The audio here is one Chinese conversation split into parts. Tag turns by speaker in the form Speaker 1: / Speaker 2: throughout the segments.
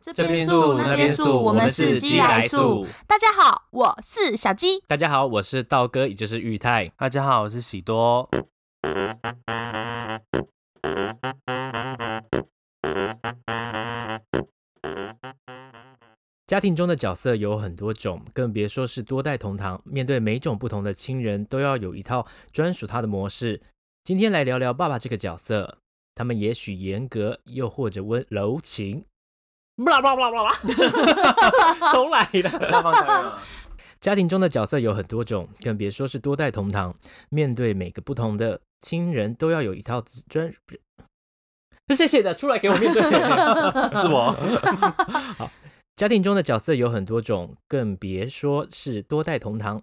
Speaker 1: 这边素那边素，我们是鸡来素。。
Speaker 2: 大家好，我是小鸡。
Speaker 1: 大家好，我是道哥，也就是玉泰。
Speaker 3: 大家好，我是喜多。
Speaker 1: 家庭中的角色有很多种，更别说是多代同堂。面对每种不同的亲人，都要有一套专属他的模式。今天来聊聊爸爸这个角色，他们也许严格，又或者温柔 情。不啦不啦不啦不啦，重来了。家庭中的角色有很多种，更别说是多代同堂。面对每个不同的亲人，都要有一套自专。不是是 谁写的？出来给我面对。
Speaker 3: 是我。
Speaker 1: 家庭中的角色有很多种，更别说是多代同堂，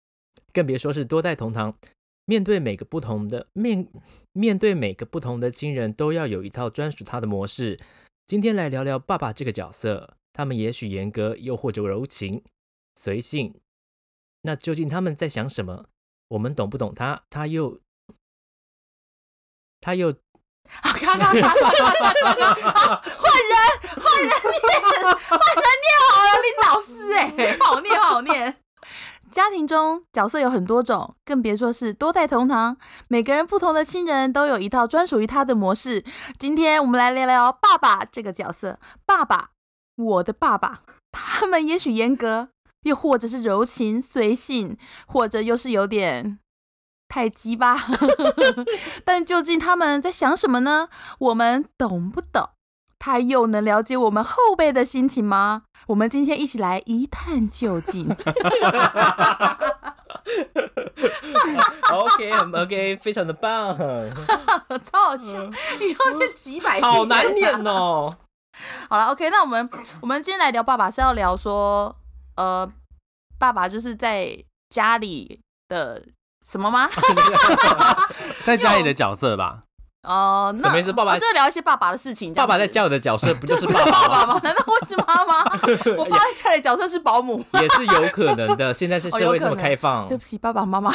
Speaker 1: 更别说是多代同堂。面对每个不同的面，面对每个不同的亲人，都要有一套专属他的模式。今天来聊聊爸爸这个角色，他们也许严格，又或者柔情、随性。那究竟他们在想什么？我们懂不懂他？他又，他又
Speaker 2: 咔咔咔咔咔咔咔咔！换人，换人念，换人念好了，林老师哎，好念好念。家庭中角色有很多种，更别说是多代同堂。每个人不同的亲人都有一套专属于他的模式。今天我们来聊聊爸爸这个角色。爸爸，我的爸爸，他们也许严格，又或者是柔情随性，或者又是有点太鸡巴。但究竟他们在想什么呢？我们懂不懂？他又能了解我们后辈的心情吗？我们今天一起来一探究 竟。
Speaker 1: OK OK，非常的棒，
Speaker 2: 超好笑，以后那几百遍
Speaker 1: 嗯好难念哦。
Speaker 2: 好了，OK，那我们我们今天来聊爸爸是要聊说，呃，爸爸就是在家里的什么 吗？
Speaker 3: 在家里的角色吧，
Speaker 2: 哦、那
Speaker 1: 什么意思爸爸
Speaker 2: 哦就是聊一些爸爸的事情。这
Speaker 1: 爸
Speaker 2: 样
Speaker 1: 爸
Speaker 2: 子
Speaker 1: 在家里的角色不 就是
Speaker 2: 不是
Speaker 1: 爸
Speaker 2: 爸 爸
Speaker 1: 爸吗？
Speaker 2: 吗？难道我是妈 妈？我爸在家里的角色是保姆。
Speaker 1: 也是有可能的。现在是社会这么开放
Speaker 2: 对，不起，爸爸妈妈。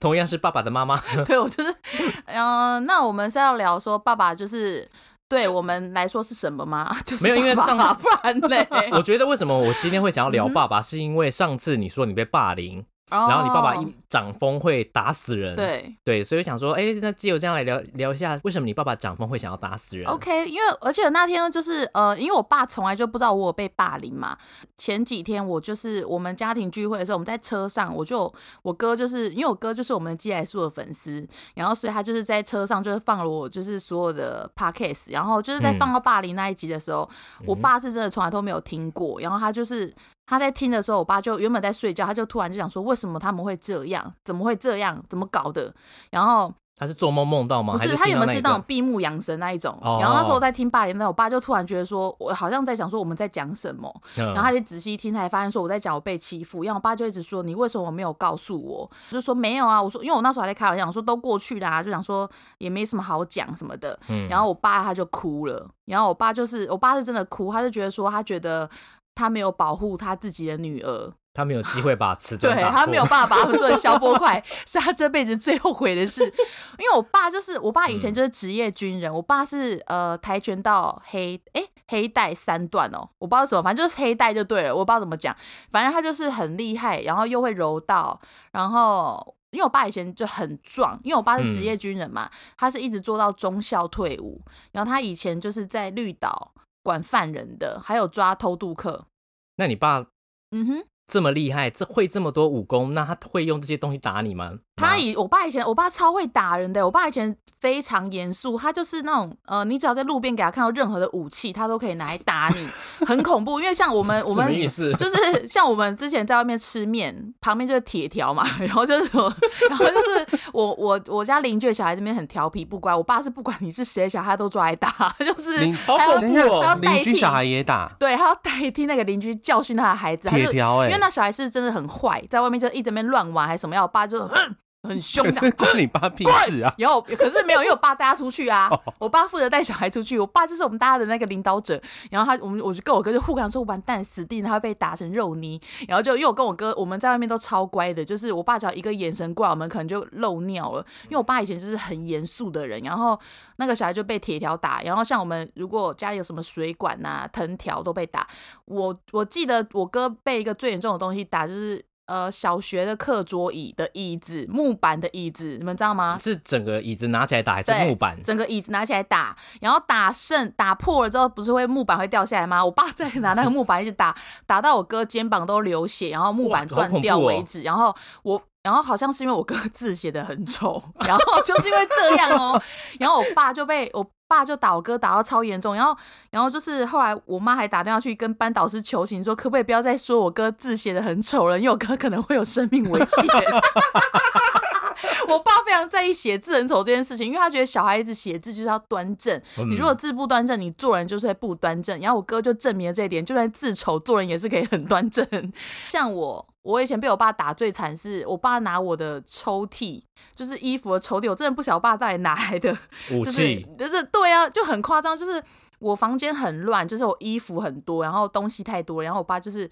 Speaker 1: 同样是爸爸的妈妈，
Speaker 2: 对我就是，嗯、那我们是要聊说爸爸就是对我们来说是什么吗？ 就是
Speaker 1: 没有因为
Speaker 2: 爸
Speaker 1: 这
Speaker 2: 爸
Speaker 1: 样
Speaker 2: 不然嘞，
Speaker 1: 我觉得为什么我今天会想要聊爸爸，是因为上次你说你被霸凌，然后你爸爸
Speaker 2: 哦
Speaker 1: 一长风会打死人，
Speaker 2: 对
Speaker 1: 对所以我想说，哎，那借由这样来聊聊一下，为什么你爸爸长风会想要打死人？
Speaker 2: OK，因为而且那天就是呃，因为我爸从来就不知道我有被霸凌嘛。前几天我就是我们家庭聚会的时候，我们在车上，我就我哥就是因为我哥就是我们 G S 的粉丝，然后所以他就是在车上就是放了我就是所有的 podcast，然后就是在
Speaker 1: 嗯
Speaker 2: 放到霸凌那一集的时候，我爸是真的从来都没有听过，然后他就是。他在听的时候，我爸就原本在睡觉，他就突然就想说：“为什么他们会这样？怎么会这样？怎么搞的？”然后
Speaker 1: 他是做梦梦到吗？
Speaker 2: 不
Speaker 1: 哦还
Speaker 2: 是，
Speaker 1: 是
Speaker 2: 他
Speaker 1: 听
Speaker 2: 有
Speaker 1: 到
Speaker 2: 没
Speaker 1: 那
Speaker 2: 有
Speaker 1: 一
Speaker 2: 是那种
Speaker 1: 段？
Speaker 2: 闭目养神那一种？
Speaker 1: 哦
Speaker 2: 然后那时候我在听霸凌，那我爸就突然觉得说，我好像在想说我们在讲什么，
Speaker 1: 然
Speaker 2: 然后他就仔细听，才发现说我在讲我被欺负。然后我爸就一直说你为什么没有告诉我？我就说没有啊，我说因为我那时候还在开玩笑，我说都过去啦、就想说也没什么好讲什么的。
Speaker 1: 嗯
Speaker 2: 然后我爸他就哭了，然后我爸就是我爸是真的哭，他就觉得说他觉得。他没有保护他自己的女儿，
Speaker 1: 他没有机会把瓷
Speaker 2: 对
Speaker 1: 砖打破
Speaker 2: 他没有办法把他们做成消波块，是他这辈子最后悔的事。因为我爸就是我爸以前就是职业军人，我爸是呃跆拳道黑诶黑带三段哦，我不知道什么，反正就是黑带就对了，我不知道怎么讲，反正他就是很厉害，然后又会柔道，然后。因为我爸以前就很壮，因为我爸是职业军人嘛，他是一直做到中校退伍。然后他以前就是在绿岛管犯人的，还有抓偷渡客。
Speaker 1: 那你爸
Speaker 2: 嗯哼，
Speaker 1: 这么厉害，这会这么多武功，那他会用这些东西打你吗？
Speaker 2: 他以我爸以前，我爸超会打人的。我爸以前非常严肃，他就是那种呃，你只要在路边给他看到任何的武器，他都可以拿来打 你，很恐怖。因为像我们，我
Speaker 1: 什么
Speaker 2: 们
Speaker 1: 意思？
Speaker 2: 就是像我们之前在外面吃面，旁边就是铁条嘛，然后就是我， 然后就是我我我家邻居的小孩这边很调皮不乖，我爸是不管你是谁的小孩，他都抓来打，就是
Speaker 3: 邻
Speaker 2: 还要
Speaker 1: 好恐怖哦
Speaker 2: 还要代
Speaker 3: 邻居
Speaker 2: 替
Speaker 3: 小孩也打
Speaker 2: 对，他要代替那个邻居教训他的孩子，他就
Speaker 3: 铁条哎
Speaker 2: 因为，那小孩是真的很坏，在外面就一直在那边乱玩还是什么样，我爸就、嗯很凶
Speaker 3: 可
Speaker 2: 的
Speaker 3: 是。关你爸屁事 啊！
Speaker 2: 有，可是没有，因为我爸带他出去啊
Speaker 3: 哦。
Speaker 2: 我爸负责带小孩出去，我爸就是我们大家的那个领导者。然后他，我们我就跟我哥就互相说，完蛋，死定了，他会被打成肉泥。然后就因为我跟我哥，我们在外面都超乖的，就是我爸只要一个眼神过来，我们可能就漏尿了。因为我爸以前就是很严肃的人，然后那个小孩就被铁条打。然后像我们如果家里有什么水管呐、藤条都被打。我我记得我哥被一个最严重的东西打，就是。呃，小学的课桌椅的椅子，木板的椅子，你们知道吗？
Speaker 1: 是整个椅子拿起来打还是
Speaker 2: 对，
Speaker 1: 木板？
Speaker 2: 整个椅子拿起来打，然后打剩打破了之后，不是会木板会掉下来吗？我爸在拿那个木板一直打，打到我哥肩膀都流血，然后木板
Speaker 1: 哇好
Speaker 2: 断
Speaker 1: 恐怖
Speaker 2: 掉
Speaker 1: 哦
Speaker 2: 为止，然后我。然后好像是因为我哥 字写的很丑，然后就是因为这样哦， 然后我爸就被我爸就打我哥打到超严重，然后然后就是后来我妈还打电话去跟班导师求情，说可不可以不要再说我哥字写的很丑了，因为我哥可能会有生命危险。 我爸非常在意写字很丑这件事情，因为他觉得小孩子写字就是要端正，你如果字不端正，你做人就是会不端正。然后我哥就证明了这一点，就算字丑，做人也是可以很端正。 像我，我以前被我爸打最惨是，我爸拿我的抽屉，就是衣服的抽屉，我真的不晓得我爸到底哪来的，
Speaker 1: 武
Speaker 2: 就是
Speaker 1: 器，
Speaker 2: 就是对啊，就很夸张，就是我房间很乱，就是我衣服很多，然后东西太多，然后我爸就是。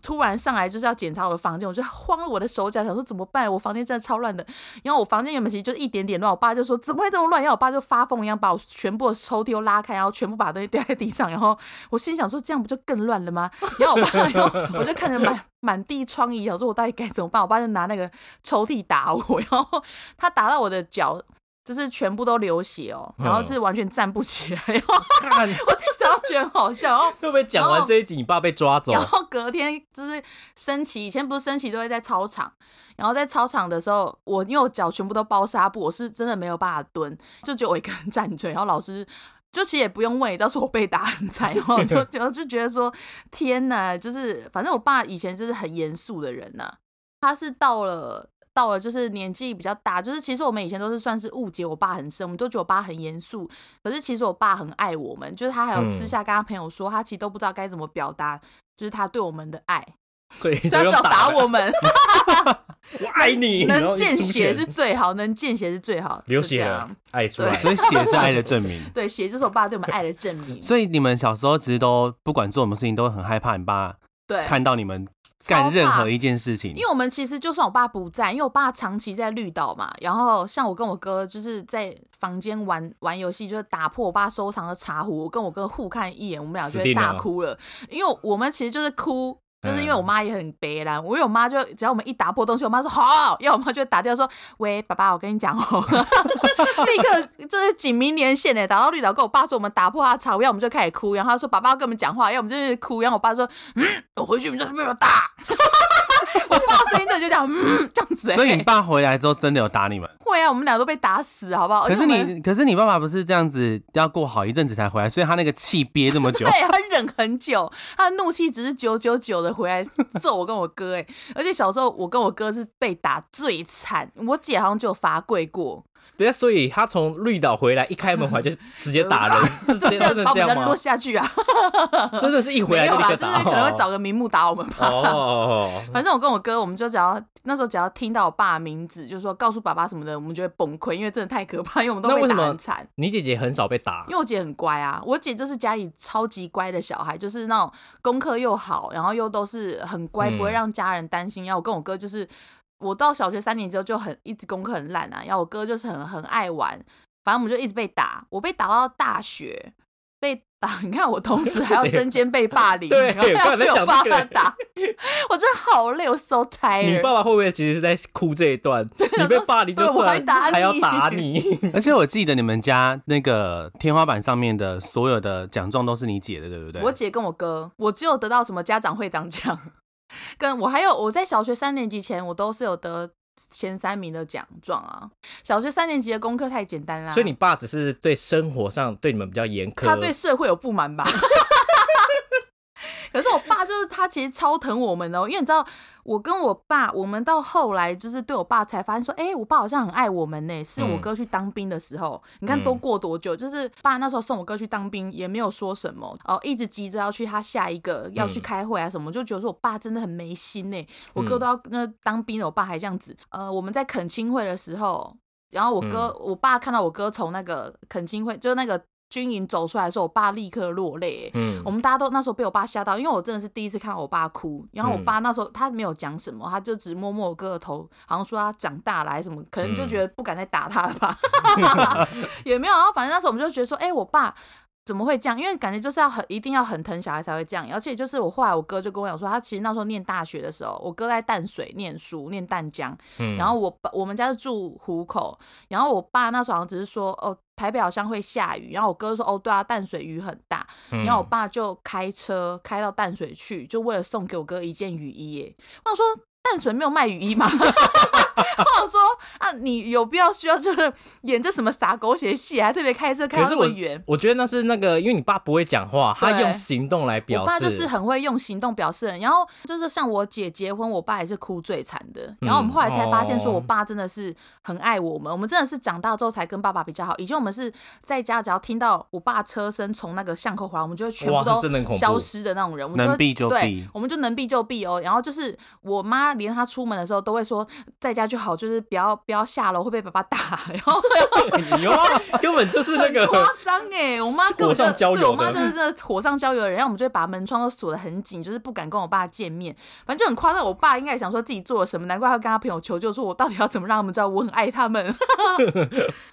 Speaker 2: 突然上来就是要检查我的房间，我就慌了我的手脚，想说怎么办？我房间真的超乱的。然后我房间原本其实就一点点乱，我爸就说怎么会这么乱？然后我爸就发疯一样把我全部的抽屉都拉开，然后全部把东西掉在地上。然后我心想说这样不就更乱了吗？ 然后我爸就我就看着满满地疮痍，想说我到底该怎么办？我爸就拿那个抽屉打我， 然后他打到我的脚，就是全部都流血哦，然后
Speaker 1: 嗯
Speaker 2: 是完全站不起来。 然后
Speaker 1: 看
Speaker 2: 我就想要觉得很好笑，然后
Speaker 1: 会不会讲完
Speaker 2: 然后
Speaker 1: 这一集你爸被抓走？
Speaker 2: 然后隔天就是升旗，以前不是升旗都会在操场，然后在操场的时候，我因为我脚全部都包纱布，我是真的没有办法蹲，就只有我一个人站着，然后老师。就其实也不用问，也知道说我被打很惨，然后我就就就觉得说天哪，就是反正我爸以前就是很严肃的人呐、他是到了到了就是年纪比较大，就是其实我们以前都是算是误解我爸很深，我们都觉得我爸很严肃，可是其实我爸很爱我们，就是他还有私
Speaker 1: 嗯
Speaker 2: 下跟他朋友说，他其实都不知道该怎么表达，就是他对我们的爱，
Speaker 1: 所以
Speaker 2: 所以他
Speaker 1: 就
Speaker 2: 只
Speaker 1: 用
Speaker 2: 要打
Speaker 1: 的
Speaker 2: 我，们，
Speaker 1: 我爱你，然后
Speaker 2: 能
Speaker 1: 一
Speaker 2: 见
Speaker 1: 出
Speaker 2: 血
Speaker 1: 拳
Speaker 2: 是最好，能见血是最好，
Speaker 1: 流
Speaker 2: 就这
Speaker 1: 血
Speaker 2: 样
Speaker 1: 了，爱出来
Speaker 2: 对，
Speaker 3: 所以血是爱的证明。
Speaker 2: 对，血就是我爸对我们爱的证 明，
Speaker 3: 所以你们小时候其实都不管做什么事情，都很害怕你爸
Speaker 2: 对，
Speaker 3: 看到你们
Speaker 2: 超
Speaker 3: 干
Speaker 2: 怕
Speaker 3: 任何一件事情
Speaker 2: 因。为我们其实就算我爸不在，因为我爸长期在绿岛嘛，然后像我跟我哥就是在房间玩玩游戏，就是打破我爸收藏的茶壶，我跟我哥互看一眼，我们俩就
Speaker 1: 死
Speaker 2: 会
Speaker 1: 定
Speaker 2: 大
Speaker 1: 了
Speaker 2: 哭了，因为我们其实就是哭。就是因为我妈也很悲啦，我因为我妈就只要我们一打破东西，我妈说好，要我妈就会打掉说喂爸爸，我跟你讲哦， 立刻就是警民连线哎，打到绿岛跟我爸说我们打破他的茶壶，要我们就开始哭，然后他说爸爸要跟我们讲话，要我们就一直哭，然后我爸说嗯，我回去你们就是被我打， 我爸声音真的就这样，嗯，这样子、欸。
Speaker 3: 所以你爸回来之后真的有打你们，
Speaker 2: 会啊，我们俩都被打死，好不好？
Speaker 3: 可是
Speaker 2: 而且哦我们
Speaker 3: 你可是你爸爸不是这样子，要过好一阵子才回来，所以他那个气憋这么久
Speaker 2: 对，他忍很久，他的怒气只是九九九的回来揍我跟我哥、欸。而且小时候我跟我哥是被打最惨，我姐好像就有罚跪过，
Speaker 1: 等下，所以他从绿岛回来，一开门回 来就直接打人，是真的真的
Speaker 2: 把我
Speaker 1: 这
Speaker 2: 们
Speaker 1: 样
Speaker 2: 家落
Speaker 1: 吗？
Speaker 2: 下去啊，
Speaker 1: 真的是一回
Speaker 2: 没
Speaker 1: 来
Speaker 2: 有
Speaker 1: 立
Speaker 2: 啦，
Speaker 1: 刻
Speaker 2: 就是
Speaker 1: 打，
Speaker 2: 可能会找个名目打我们吧。
Speaker 1: 哦哦哦，
Speaker 2: 反正我跟我哥，我们就只要那时候只要听到我爸的名字，就说告诉爸爸什么的，我们就会崩溃，因为真的太可怕，因为我们都
Speaker 1: 那
Speaker 2: 被
Speaker 1: 为什
Speaker 2: 打
Speaker 1: 么
Speaker 2: 很惨。
Speaker 1: 你姐姐很少被打
Speaker 2: 因，为我姐很乖啊，我姐就是家里超级乖的小孩，就是那种功课又好，然后又都是很乖，
Speaker 1: 嗯
Speaker 2: 不会让家人担心。然后我跟我哥就是，我到小学三年级后就很一直功课很烂啊，然后我哥就是很很爱玩，反正我们就一直被打，我被打到大学，被打，你看我同时还要身兼被霸凌，
Speaker 1: 对
Speaker 2: 然后还要
Speaker 1: 我刚才
Speaker 2: 被我
Speaker 1: 想
Speaker 2: 爸
Speaker 1: 这个
Speaker 2: 爸打，我真的好累，我 so
Speaker 1: 你
Speaker 2: tired。
Speaker 1: 爸爸会不会其实是在哭这一段？你被霸凌就
Speaker 2: 对我还
Speaker 1: 算，
Speaker 2: 打你
Speaker 1: 还要打你，
Speaker 3: 而且我记得你们家那个天花板上面的所有的奖状都是你姐的，对不对？
Speaker 2: 我姐跟我哥，我只有得到什么家长会长奖，跟我还有我在小学三年级前，我都是有得前三名的奖状啊。小学三年级的功课太简单啦，
Speaker 1: 所以你爸只是对生活上对你们比较严 苛，
Speaker 2: 他对社会有不满吧？可可是我爸就是他，其实超疼我们的哦、因为你知道，我跟我爸，我们到后来就是对我爸才发现说，哎、我爸好像很爱我们呢、是我
Speaker 1: 嗯
Speaker 2: 哥去当兵的时候，你看都
Speaker 1: 嗯
Speaker 2: 过多久？就是爸那时候送我哥去当兵，也没有说什么哦，一直急着要去他下一个要去
Speaker 1: 嗯
Speaker 2: 开会啊什么，就觉得说我爸真的很没心呢、我哥
Speaker 1: 嗯
Speaker 2: 都要那当兵了，我爸还这样子。呃，我们在恳亲会的时候，然后我哥、我爸看到我哥从那个恳亲会，就是那个军营走出来的时候，我爸立刻落泪、欸
Speaker 1: 嗯
Speaker 2: 我们大家都那时候被我爸吓到，因为我真的是第一次看到我爸哭。然后我
Speaker 1: 嗯
Speaker 2: 爸那时候他没有讲什么，他就只摸摸我哥的头，好像说他长大了还是什么，可能就
Speaker 1: 嗯
Speaker 2: 觉得不敢再打他了 吧，也没有。然后反正那时候我们就觉得说，哎、我爸。怎么会这样？因为感觉就是要很一定要很疼小孩才会这样，而且就是我后来我哥就跟我讲说，他其实那时候念大学的时候，我哥在淡水念书，念淡江，
Speaker 1: 嗯
Speaker 2: 然后我爸我们家是住湖口，然后我爸那时候好像只是说哦台北好像会下雨，然后我哥就说哦对啊淡水雨很大，
Speaker 1: 嗯
Speaker 2: 然后我爸就开车开到淡水去，就为了送给我哥一件雨衣耶。我想说淡水没有卖雨衣嘛， 我想说啊你有必要需要就是演这什么撒狗血戏啊，还特别开车开
Speaker 1: 可
Speaker 2: 到
Speaker 1: 是
Speaker 2: 那
Speaker 1: 我
Speaker 2: 么远。
Speaker 1: 我觉得那是那个，因为你爸不会讲话，他
Speaker 2: 对
Speaker 1: 用行动来表
Speaker 2: 我
Speaker 1: 示。
Speaker 2: 爸 就是很会用行动表示人，然后就是像我姐结婚，我爸也是哭最惨的。然后我们后来才发现，说
Speaker 1: 哦
Speaker 2: 我爸真的是很爱我们，我们真的是长大之后才跟爸爸比较好。以前我们是在家，只要听到我爸车声从那个巷口回来，我们就会全部
Speaker 1: 哇
Speaker 2: 都
Speaker 1: 真的很恐怖
Speaker 2: 消失的那种人，我们
Speaker 3: 能
Speaker 2: 就会
Speaker 3: 避就
Speaker 2: 对
Speaker 3: 避，
Speaker 2: 我们就能避就避哦。然后就是我妈连她出门的时候都会说，在家就好，就是不要不要下楼会被爸爸打， 然后
Speaker 1: 你又哎啊根本就是那
Speaker 2: 很夸
Speaker 1: 个，
Speaker 2: 张哎，我妈根本
Speaker 1: 火
Speaker 2: 就
Speaker 1: 上浇
Speaker 2: 对我
Speaker 1: 油的
Speaker 2: 妈真的真的火上浇油的人，然后我们就会把门窗都锁得很紧，就是不敢跟我爸见面，反正就很夸张。我爸应该也想说自己做了什么，难怪他跟他朋友求救，说我到底要怎么让他们知道我很爱他 们。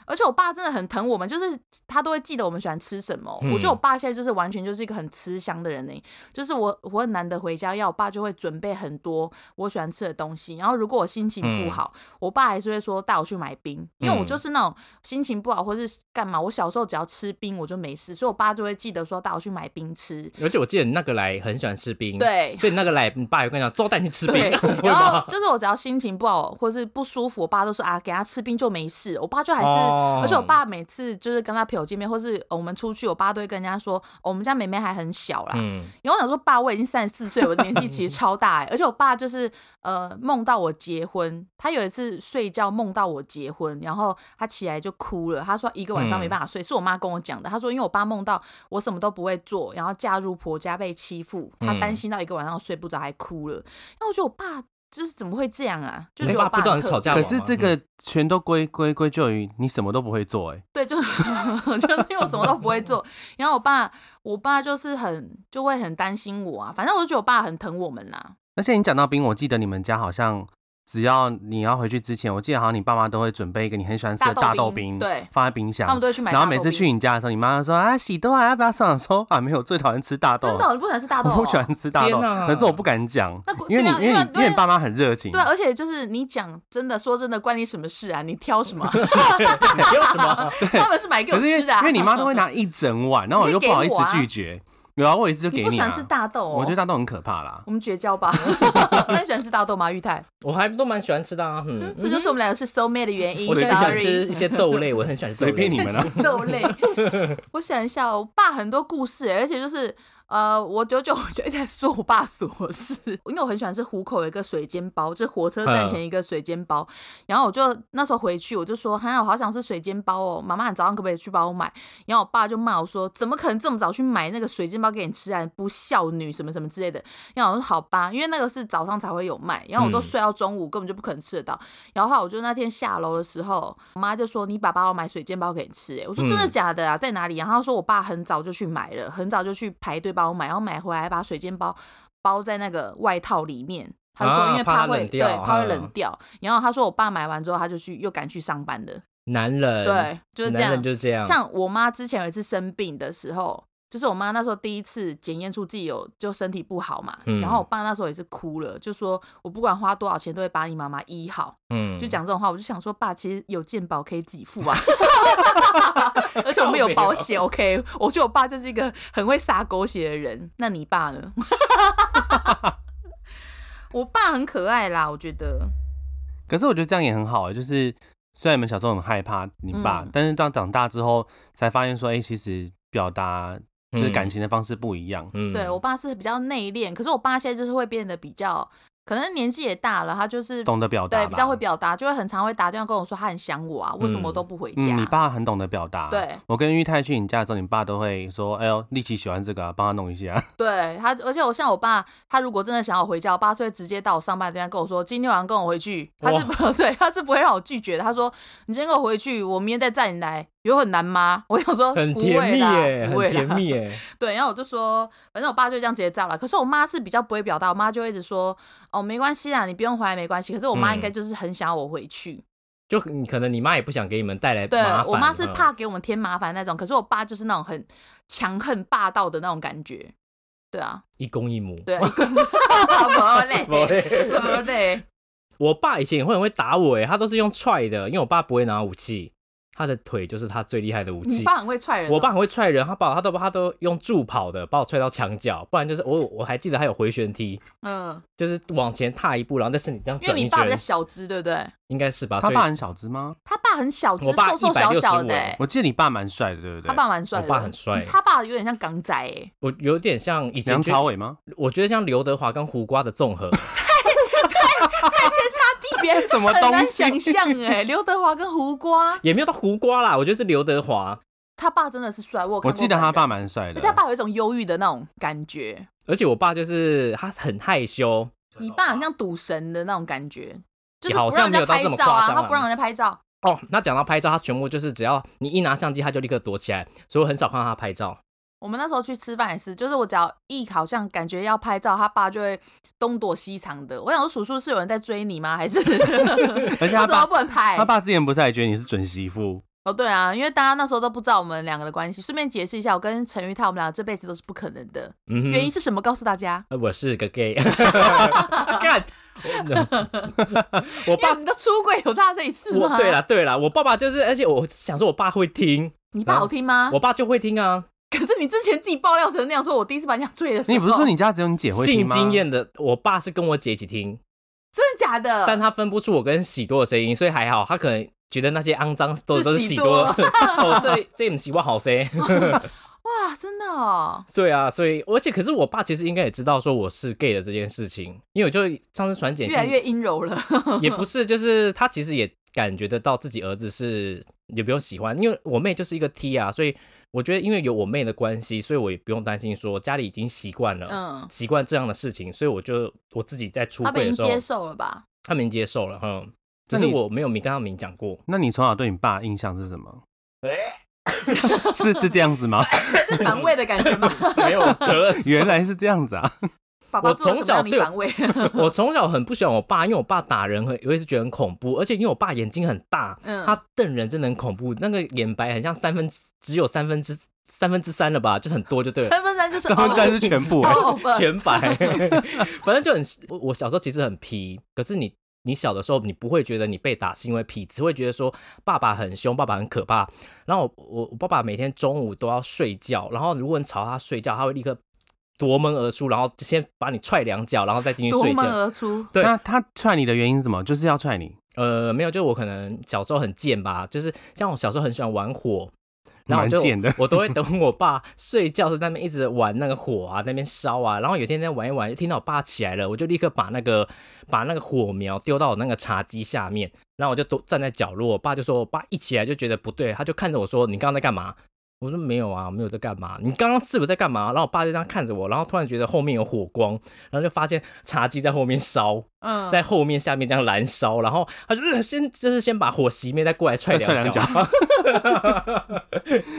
Speaker 2: 而且我爸真的很疼我们，就是他都会记得我们喜欢吃什么。
Speaker 1: 嗯
Speaker 2: 我觉得我爸现在就是完全就是一个很吃香的人呢、欸就是我我很难得回家，要我爸就会准备很多我喜欢吃的东西。然后如果我心情不好，我爸还是会说带我去买冰，因为我
Speaker 1: 嗯
Speaker 2: 就是那种心情不好或是干嘛，我小时候只要吃冰我就没事，所以我爸就会记得说带我去买冰吃。
Speaker 1: 而且我记得你那个来很喜欢吃冰，，
Speaker 2: 对，
Speaker 1: 所以那个来，你爸有跟你讲，走带你去吃
Speaker 2: 对
Speaker 1: 冰，， 会
Speaker 2: 然后
Speaker 1: 吗？
Speaker 2: 就是我只要心情不好或是不舒服，我爸都说啊，给他吃冰就没事。我爸就还是，
Speaker 1: 哦
Speaker 2: 而且我爸每次就是跟他朋友见面，或是呃我们出去，我爸都会跟人家说，哦我们家妹妹还很小啦。
Speaker 1: 嗯，
Speaker 2: 然后我想说，爸，我已经三十四岁，我的年纪其 实超大哎、而且我爸就是呃梦到我结婚，他有一次睡觉梦到我结婚，然后他起来就哭了，他说一个晚
Speaker 1: 嗯
Speaker 2: 上没办法睡，是我妈跟我讲的。他说因为我爸梦到我什么都不会做，然后嫁入婆家被欺负，他
Speaker 1: 嗯
Speaker 2: 担心到一个晚上睡不着还哭了。那我觉得我爸就是怎么会这样啊？就
Speaker 1: 你
Speaker 2: 觉得
Speaker 1: 爸
Speaker 2: 我
Speaker 1: 不知道
Speaker 2: 很
Speaker 1: 你
Speaker 2: 特
Speaker 1: 吵架
Speaker 3: 可
Speaker 1: 吗，嗯
Speaker 3: 是这个全都归归归咎于你什么都不会做、哎，
Speaker 2: 对，就 就是因为我什么都不会 做。然后我爸，我爸就是很就会很担心我啊，反正我就觉得我爸很疼我们啦。
Speaker 3: 而且你讲到冰，我记得你们家好像只要你要回去之前，我记得好像你爸妈都会准备一个你很喜欢吃的
Speaker 2: 大
Speaker 3: 大
Speaker 2: 豆
Speaker 3: 豆
Speaker 2: 冰
Speaker 3: 冰，
Speaker 2: 对
Speaker 3: 放在冰箱
Speaker 2: 他。们都会去买大
Speaker 3: 然
Speaker 2: 豆
Speaker 3: 后
Speaker 2: 冰。
Speaker 3: 每次去你家的时候，你妈妈说啊，喜多啊，要不要上来？我说啊，没有，最讨厌吃大豆
Speaker 2: 真
Speaker 3: 了。
Speaker 2: 的哦、你不喜欢吃大豆、哦？
Speaker 3: 我不喜欢吃大豆
Speaker 1: 天，哪
Speaker 3: 可是我不敢讲
Speaker 2: 那不，
Speaker 3: 因为你
Speaker 2: 对啊
Speaker 3: 因为
Speaker 2: 因为
Speaker 3: 你因为你爸妈很热情
Speaker 2: 对，，啊而且就是你讲真的，说真的，关你什么事啊？你挑 什么？
Speaker 1: 你有什么？
Speaker 2: 他们是买给我
Speaker 3: 可是因为
Speaker 2: 吃的、啊
Speaker 3: 因为 你妈都会拿一整碗，然后我又不好意思拒绝，有啊，我有一次就
Speaker 2: 你
Speaker 3: 给
Speaker 2: 不喜
Speaker 3: 啊
Speaker 2: 欢吃，大豆、哦？
Speaker 3: 我觉得大豆很可怕啦。
Speaker 2: 我们绝 交吧。 那你喜欢吃大豆吗？玉泰，
Speaker 1: 我还都蛮喜欢吃的啊，嗯，
Speaker 2: 这就是我们两个是 soul mate 的原因。
Speaker 1: 我
Speaker 3: 随
Speaker 1: 很
Speaker 3: 便
Speaker 1: 想吃
Speaker 2: Sorry
Speaker 1: 一些豆类，我很想吃豆类
Speaker 3: 随便你们啊 啦，
Speaker 2: 豆类。我想一下哦，我爸很多故事欸，而且就是。呃，我久久我就一直在说我爸琐事， 因为我很喜欢吃虎口有一个水煎包，就是火车站前一个水煎包。然后我就那时候回去，我就说：“哈，我好想吃水煎包哦，妈妈，你早上可不可以去帮我买？”然后我爸就骂我说：“怎么可能这么早去买那个水煎包给你吃啊？你不孝女什么什么之类的。”然后我说：“好吧，因为那个是早上才会有卖，然后我都
Speaker 1: 嗯
Speaker 2: 睡到中午，根本就不可能吃得到。然后后来我就那天下楼的时候，我妈就说：“你爸爸我买水煎包给你吃、欸。”我说：“真的
Speaker 1: 嗯
Speaker 2: 假的啊？在哪里、啊？”然后说我爸很早就去买了，很早就去排队帮我买，然后买回来把水煎包包在那个外套里面。他说：“
Speaker 1: 啊
Speaker 2: 因为
Speaker 1: 怕它
Speaker 2: 会
Speaker 1: 冷
Speaker 2: 对，
Speaker 1: 掉
Speaker 2: 怕会冷
Speaker 1: 嗯
Speaker 2: 掉。”然后他说：“我爸买完之后，他就去又赶去上班了。
Speaker 1: 男人，
Speaker 2: 对，就是这
Speaker 1: 男
Speaker 2: 样
Speaker 1: 人。就是这样，
Speaker 2: 像我妈之前有一次生病的时候，就是我妈那时候第一次检验出自己有就身体不好嘛，
Speaker 1: 嗯
Speaker 2: 然后我爸那时候也是哭了，就说我不管花多少钱都会把你妈妈医好，
Speaker 1: 嗯
Speaker 2: 就，讲这种话，我就想说爸，其实有健保可以给付 啊，而且我们有
Speaker 3: 哦
Speaker 2: 保险，OK，我觉得我爸就是一个很会撒狗血的人。那你爸呢？ 我爸很可爱啦，我觉得。
Speaker 3: 可是我觉得这样也很好啊，就是虽然你们小时候很害怕你爸
Speaker 2: 嗯，
Speaker 3: 欸但是到长大之后才发现说，哎，其实表达就是感情的方式不一样。
Speaker 1: 嗯
Speaker 2: 对我爸是比较内敛，可是我爸现在就是会变得比较，可能年纪也大了，他就是
Speaker 3: 懂得表达
Speaker 2: 对
Speaker 3: 吧
Speaker 2: 比较会表达，就会很常会打电话跟我说他很想我啊，为什么都不回家？
Speaker 3: 嗯，你爸很懂得表达。
Speaker 2: 对，
Speaker 3: 我跟玉泰去你家的时候，你爸都会说：“哎呦，丽琪喜欢这个、啊，帮他弄一下。
Speaker 2: 对他，而且我像我爸，他如果真的想要我回家，我爸是会直接到我上班的地方跟我说，今天晚上跟我回去，他是不 对，他是不会让我拒绝的。他说你今天跟我回去，我明天再载你来，有很难吗？ 我想说
Speaker 1: 很
Speaker 2: 不
Speaker 1: 甜
Speaker 2: 会
Speaker 1: 蜜
Speaker 2: 啦，
Speaker 1: 耶，
Speaker 2: 不会
Speaker 1: 很
Speaker 2: 啦
Speaker 1: 甜蜜耶。
Speaker 2: 对，然后我就说，反正我爸就这样直接照了。可是我妈是比较不会表达，我妈就会一直说，哦，没关系啦，你不用回来没关系。可是我妈应该
Speaker 1: 嗯
Speaker 2: 就是很想要我回去，
Speaker 1: 就你可能你妈也不想给你们带来
Speaker 2: 对
Speaker 1: 麻烦，
Speaker 2: 我妈是
Speaker 1: 嗯
Speaker 2: 怕给我们添麻烦那种。可是我爸就是那种很强横霸道的那种感觉，对啊，
Speaker 1: 一公一母。
Speaker 2: 对啊，不累，
Speaker 1: 不会
Speaker 2: 不累，
Speaker 1: 我爸以前也会很会打我，哎，他都是用踹的，因为我爸不会拿武器，他的腿就是他最厉害的武
Speaker 2: 你
Speaker 1: 器。
Speaker 2: 爸很会踹人哦、
Speaker 1: 我爸很会踹人，他把他都他都用助跑的把我踹到墙角，不然就是我我还记得还有回旋踢，
Speaker 2: 嗯，
Speaker 1: 就是往前踏一步，然后但是你这样
Speaker 2: 因为
Speaker 1: 转
Speaker 2: 你
Speaker 1: 一
Speaker 2: 爸比较
Speaker 1: 圈，
Speaker 2: 小只，对不对？
Speaker 1: 应该是”吧？
Speaker 3: 他
Speaker 1: 所以
Speaker 3: 爸很小只吗？
Speaker 2: 他爸很小只，
Speaker 1: 我爸
Speaker 2: 瘦瘦小小
Speaker 1: 165
Speaker 2: 的、
Speaker 1: 欸
Speaker 3: 我记得你爸蛮帅的，对不对？
Speaker 2: 他爸蛮帅
Speaker 1: 我
Speaker 2: 的，
Speaker 1: 爸很帅，
Speaker 2: 他爸有点像港仔、欸，
Speaker 1: 我有点像以前
Speaker 3: 梁
Speaker 1: 觉
Speaker 3: 朝伟吗？
Speaker 1: 我觉得像刘德华跟胡瓜的综合，
Speaker 2: 地别
Speaker 3: 什么
Speaker 2: 很
Speaker 3: 东
Speaker 2: 难
Speaker 3: 西
Speaker 2: 想象哎、刘德华跟胡瓜，
Speaker 1: 也没有到胡瓜啦，我觉得是刘德华，
Speaker 2: 他爸真的是帅，我有看过
Speaker 3: 我记得他
Speaker 2: 本
Speaker 3: 爸
Speaker 2: 人，
Speaker 3: 蛮帅
Speaker 2: 而
Speaker 3: 的
Speaker 2: 且。他爸有一种忧郁的那种感觉。
Speaker 1: 而且我爸就是他很害羞，
Speaker 2: 你爸好像赌神的那种感觉，就是
Speaker 1: 也好
Speaker 2: 不让
Speaker 1: 像没
Speaker 2: 人家
Speaker 1: 有到
Speaker 2: 拍
Speaker 1: 这么
Speaker 2: 照
Speaker 1: 夸
Speaker 2: 啊，
Speaker 1: 张
Speaker 2: 他
Speaker 1: 啊
Speaker 2: 不让人家拍照。
Speaker 1: 哦，那讲到拍照，他全部就是只要你一拿相机，他就立刻躲起来，所以我很少看到他拍照。
Speaker 2: 我们那时候去吃饭也是，就是我只要一好像感觉要拍照，他爸就会东躲西藏的。我想说，叔叔是有人在追你吗？还是 为
Speaker 3: 而且他
Speaker 2: 什么
Speaker 3: 爸
Speaker 2: 不能拍
Speaker 3: 他？爸之前不是还觉得你是准媳妇？
Speaker 2: 哦，对啊，因为大家那时候都不知道我们两个的关系。顺便解释一下，我跟陈玉泰我们俩这辈子都是不可能的，
Speaker 1: 嗯哼，
Speaker 2: 原因是什么？告诉大家。
Speaker 1: 呃我是个 gay，干，我我
Speaker 2: 因为
Speaker 1: 爸
Speaker 2: 你的出轨有差这一次吗？
Speaker 1: 我对啦对啦，我爸爸就是，而且我想说我爸会听，
Speaker 2: 你爸好听吗？
Speaker 1: 我爸就会听啊，
Speaker 2: 可是你之前自己爆料成那样说，我第一次把你讲追的时候，
Speaker 3: 你不是说你家只有你姐会听
Speaker 1: 性
Speaker 3: 吗？
Speaker 1: 经验的，我爸是跟我姐一起听，
Speaker 2: 真的假的？
Speaker 1: 但他分不出我跟喜多的声音，所以还好，他可能觉得那些肮脏都
Speaker 2: 是
Speaker 1: 都是
Speaker 2: 喜
Speaker 1: 喜
Speaker 2: 多
Speaker 1: 多， 哦，这这不喜欢好声。
Speaker 2: 哇，真的哦，
Speaker 1: 对啊，所以而且可是我爸其实应该也知道说我是 gay 的这件事情，因为我就上次传简
Speaker 2: 越
Speaker 1: 讯，
Speaker 2: 来越阴柔了。
Speaker 1: 也不是，就是他其实也感觉得到自己儿子是也不用喜欢，因为我妹就是一个 T 啊，所以我觉得因为有我妹的关系，所以我也不用担心说家里已经习惯了，
Speaker 2: 嗯，
Speaker 1: 习惯这样的事情，所以我就我自己在出
Speaker 2: 他被
Speaker 1: 柜
Speaker 2: 已
Speaker 1: 的时
Speaker 2: 经
Speaker 1: 候
Speaker 2: 接，受了吧？
Speaker 1: 他们已经接受了，哼，只
Speaker 3: 那
Speaker 1: 是
Speaker 3: 你
Speaker 1: 我没有明跟他明讲 过，
Speaker 3: 那你从小对你爸印象是什么？
Speaker 1: 哎，
Speaker 3: 是 是这样子吗？
Speaker 2: 是反胃的感觉 吗？
Speaker 1: 没有得
Speaker 3: 原来是这样子啊！
Speaker 2: 爸爸
Speaker 1: 我
Speaker 2: 做了什么让你
Speaker 1: 从小对
Speaker 2: 反胃？
Speaker 1: 我从小很不喜欢我爸，因为我爸打人很，我也是觉得很恐怖，而且因为我爸眼睛很大，
Speaker 2: 嗯
Speaker 1: 他瞪人真的很恐怖，那个眼白很像三分之，只有三分之三分之三了吧，就很多就对了。
Speaker 2: 三分三就是
Speaker 3: 三分之二是全部、
Speaker 2: 哦
Speaker 3: 哎
Speaker 2: 哦不
Speaker 1: 全白，反正就很我我小时候其实很皮，可是你你小的时候你不会觉得你被打是因为皮，只会觉得说爸爸很凶，爸爸很可怕。然后我我我爸爸每天中午都要睡觉，然后如果你吵他睡觉，他会立刻夺门而出，然后先把你踹两脚，然后再进去
Speaker 2: 夺
Speaker 1: 睡
Speaker 2: 门
Speaker 1: 觉。
Speaker 2: 而出。
Speaker 1: 对
Speaker 3: 那他踹你的原因是什么？就是要踹你，
Speaker 1: 呃，没有，就是我可能小时候很贱吧，就是像我小时候很喜欢玩火，然后我
Speaker 3: 蛮
Speaker 1: 就。
Speaker 3: 贱的
Speaker 1: 我都会等我爸睡觉在那边一直玩那个火啊，那边烧啊。然后有一天在玩一玩，就听到我爸起来了，我就立刻把那个把那个火苗丢到我那个茶几下面，然后我就都站在角落。我爸就说，我爸一起来就觉得不对，他就看着我说：“你刚刚在干嘛？”我说没有啊，没有在干嘛。你刚刚是不是在干嘛？然后我爸就这样看着我，然后突然觉得后面有火光，然后就发现茶几在后面烧，
Speaker 2: 嗯，
Speaker 1: 在后面下面这样燃烧，然后他就呃 先就是先把火熄灭，再过来踹
Speaker 3: 再踹两
Speaker 1: 脚。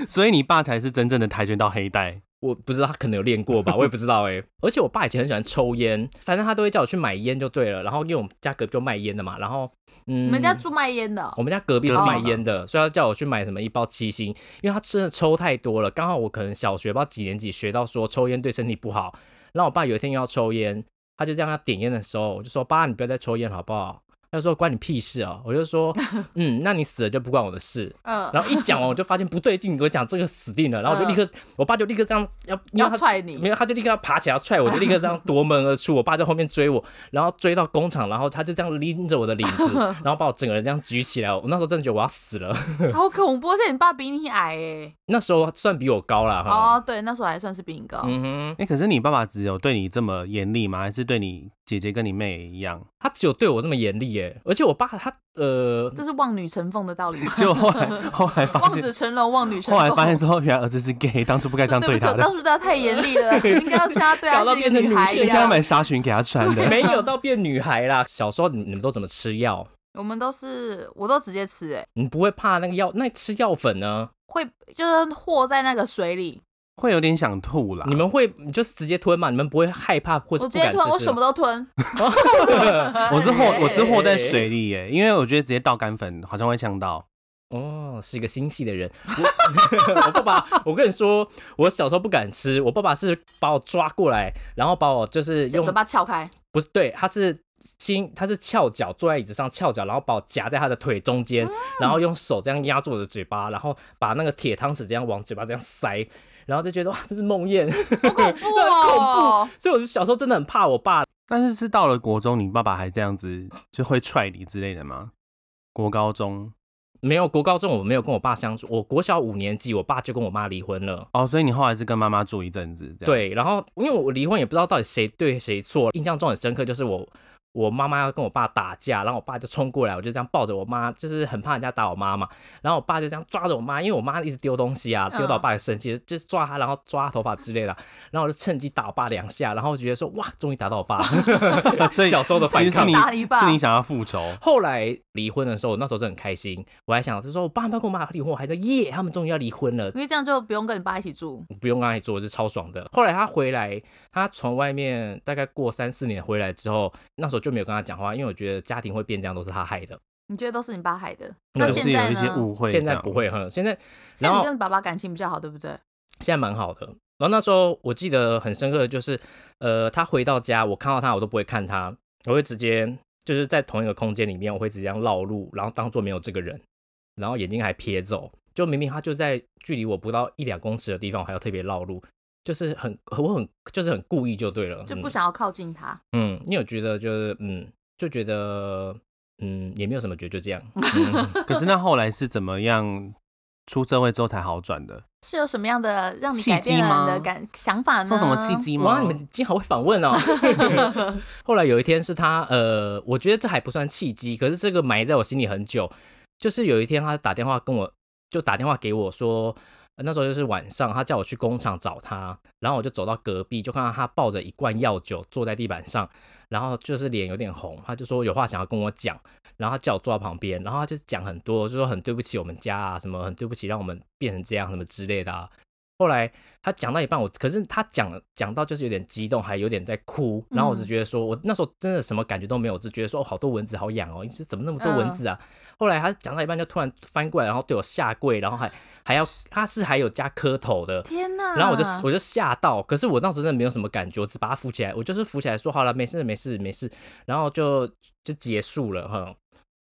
Speaker 3: 所以你爸才是真正的跆拳道黑带。
Speaker 1: 我不知道他可能有练过吧，我也不知道哎、而且我爸以前很喜欢抽烟，反正他都会叫我去买烟就对了。然后因为我们家隔壁就卖烟的嘛，然后嗯，
Speaker 2: 你们家住卖烟的哦，
Speaker 1: 我们家隔壁是
Speaker 3: 隔壁
Speaker 1: 卖烟的，所以他叫我去买什么一包七星，因为他真的抽太多了。刚好我可能小学不知道几年级学到说抽烟对身体不好，然后我爸有一天又要抽烟，他就让他点烟的时候，我就说爸，你不要再抽烟好不好？他就说关你屁事啊！我就说嗯，那你死了就不关我的事。
Speaker 2: 嗯，
Speaker 1: 然后一讲完我就发现不对劲，我讲这个死定了，然后我就立刻，我爸就立刻这样要
Speaker 2: 要
Speaker 1: 因为他
Speaker 2: 踹
Speaker 1: 没
Speaker 2: 你，
Speaker 1: 有，他就立刻要爬起来要踹我，就立刻这样夺门而出。我爸在后面追我，然后追到工厂，然后他就这样拎着我的 领子，然后把我整个人这样举起来。我那时候真的觉得我要死了，
Speaker 2: 好恐怖！而且你爸比你矮哎。
Speaker 1: 那时候算比我高啦。哈。
Speaker 2: 哦，对，那时候还算是比你高。
Speaker 1: 嗯哼，
Speaker 3: 哎、可是你爸爸只有对你这么严厉吗？还是对你姐姐跟你妹也一样？
Speaker 1: 他只有对我这么严厉耶，而且我爸他呃，
Speaker 2: 这是望女成凤的道理吗？
Speaker 3: 就后 来后来发
Speaker 2: 望
Speaker 3: 现，
Speaker 2: 子成龙，望女成
Speaker 3: 后
Speaker 2: 凤。
Speaker 3: 来发现之后，原来儿子是 gay，当初不该这样
Speaker 2: 对不
Speaker 3: 对
Speaker 2: 起，
Speaker 3: 他
Speaker 2: 我
Speaker 3: 的，
Speaker 2: 当初对他太严厉 了，应该要像他对
Speaker 1: 搞到
Speaker 2: 他是一
Speaker 1: 变
Speaker 2: 个
Speaker 1: 成
Speaker 2: 女
Speaker 1: 女
Speaker 2: 孩
Speaker 1: 性
Speaker 2: 一
Speaker 3: 应该要
Speaker 2: 样。
Speaker 3: 买纱裙给他穿的。
Speaker 1: 没有到变女孩啦。小时候你你们都怎么吃药？
Speaker 2: 我们都是，我都直接吃、欸，哎，
Speaker 1: 你不会怕那个药？那吃药粉呢？
Speaker 2: 会就是和在那个水里，
Speaker 3: 会有点想吐啦。
Speaker 1: 你们会你就是直接吞嘛？你们不会害怕或
Speaker 2: 我
Speaker 1: 者
Speaker 2: 直
Speaker 1: 不
Speaker 2: 接
Speaker 1: 敢吃？
Speaker 2: 吞，我什么都吞。
Speaker 1: 都。
Speaker 3: 我是和
Speaker 2: 哎
Speaker 3: 我是和在水里耶，因为我觉得直接倒干粉好像会呛到。
Speaker 1: 哦，是一个心细的人。我 我爸爸，我跟你说，我小时候不敢吃，我爸爸是把我抓过来，然后把我就是
Speaker 2: 就
Speaker 1: 用
Speaker 2: 嘴巴撬开，
Speaker 1: 不是对，他是轻，他是翘脚坐在椅子上翘脚，然后把我夹在他的腿中间，然后用手这样压住我的嘴巴，然后把那个铁汤匙这样往嘴巴这样塞，然后就觉得哇，这是梦魇，
Speaker 2: 好恐怖哦！
Speaker 1: 所以我就小时候真的很怕我爸。
Speaker 3: 但是是到了国中，你爸爸还这样子，就会踹你之类的吗？国高中
Speaker 1: 没有国高中我没有跟我爸相处，我国小五年级我爸就跟我妈离婚了。
Speaker 3: 哦，所以你后来是跟妈妈住一阵子，这样，
Speaker 1: 对，然后因为我离婚也不知道到底谁对谁错，印象中很深刻就是我我妈妈要跟我爸打架，然后我爸就冲过来，我就这样抱着我妈，就是很怕人家打我妈嘛，然后我爸就这样抓着我妈，因为我妈一直丢东西啊，丢到
Speaker 3: 嗯
Speaker 1: 我爸也生气，就是抓她，然后抓她头发之类的，然后我就趁机打我爸两下，然后我觉得说哇，终于打到我 爸了，
Speaker 3: 所以
Speaker 1: 小时候的反
Speaker 3: 其实是
Speaker 1: 抗
Speaker 3: 你。
Speaker 2: 打你吧
Speaker 3: 是你想要复仇，
Speaker 1: 后来离婚的时候，我那时候真的很开心，我还想就说我爸妈跟我妈离婚，我还在耶，他们终于要离婚 了，
Speaker 2: 因为这样就不用跟你爸一起住，
Speaker 1: 不用让他做，是超爽的。后来他回来，他从外面大概过三四年回来之后，那时候就没有跟他讲话，因为我觉得家庭会变这样都是他害的。
Speaker 2: 你觉得都是你爸害的。
Speaker 1: 那
Speaker 2: 那
Speaker 3: 就
Speaker 2: 现
Speaker 3: 是有
Speaker 2: 在
Speaker 3: 一些
Speaker 2: 呢？
Speaker 3: 误会这
Speaker 1: 现
Speaker 3: 样。
Speaker 1: 在不会哼，现在
Speaker 2: 现在
Speaker 1: 然后嗯
Speaker 2: 你跟你爸爸感情比较好，对不对？
Speaker 1: 现在蛮好的。然后那时候我记得很深刻的就是，呃，他回到家，我看到他我都不会看他，我会直接就是在同一个空间里面，我会直接这样绕路，然后当做没有这个人，然后眼睛还瞥走，就明明他就在距离我不到一两公尺的地方，我还要特别绕路。就是很，我很就是很故意就对了，
Speaker 2: 就
Speaker 1: 嗯
Speaker 2: 不想要靠近他。
Speaker 1: 嗯，你有觉得就是嗯，就觉得嗯，也没有什么觉得就这样。嗯
Speaker 3: 可是那后来是怎么样？出社会之后才好转的，
Speaker 2: 是有什么样的让你
Speaker 3: 契
Speaker 2: 改变
Speaker 3: 机
Speaker 2: 了
Speaker 3: 吗
Speaker 2: 你的感想法啊呢？
Speaker 3: 说什么契？机吗？
Speaker 1: 哇，你们竟好会访问哦！后来有一天是他呃，我觉得这还不算契机，可是这个埋在我心里很久。就是有一天他打电话跟我，就打电话给我说，呃那时候就是晚上，他叫我去工厂找他，然后我就走到隔壁，就看到他抱着一罐药酒坐在地板上，然后就是脸有点红，他就说有话想要跟我讲，然后他叫我坐在旁边，然后他就讲很多，就说很对不起我们家啊，什么很对不起让我们变成这样什么之类的啊。后来他讲到一半，我可是他讲讲到就是有点激动，还有点在哭，然后我
Speaker 2: 嗯
Speaker 1: 只觉得说，我那时候真的什么感觉都没有，我只觉得说、哦、好多蚊子好痒哦，你是怎么那么多蚊
Speaker 2: 嗯
Speaker 1: 子啊？后来他讲到一半就突然翻过来，然后对我下跪，然后还还 要他是还有加磕头的，
Speaker 2: 天哪！
Speaker 1: 然后我就我就吓到，可是我当时真的没有什么感觉，我只把他扶起来，我就是扶起来说好了，没事没事没事，然后就就结束了哈。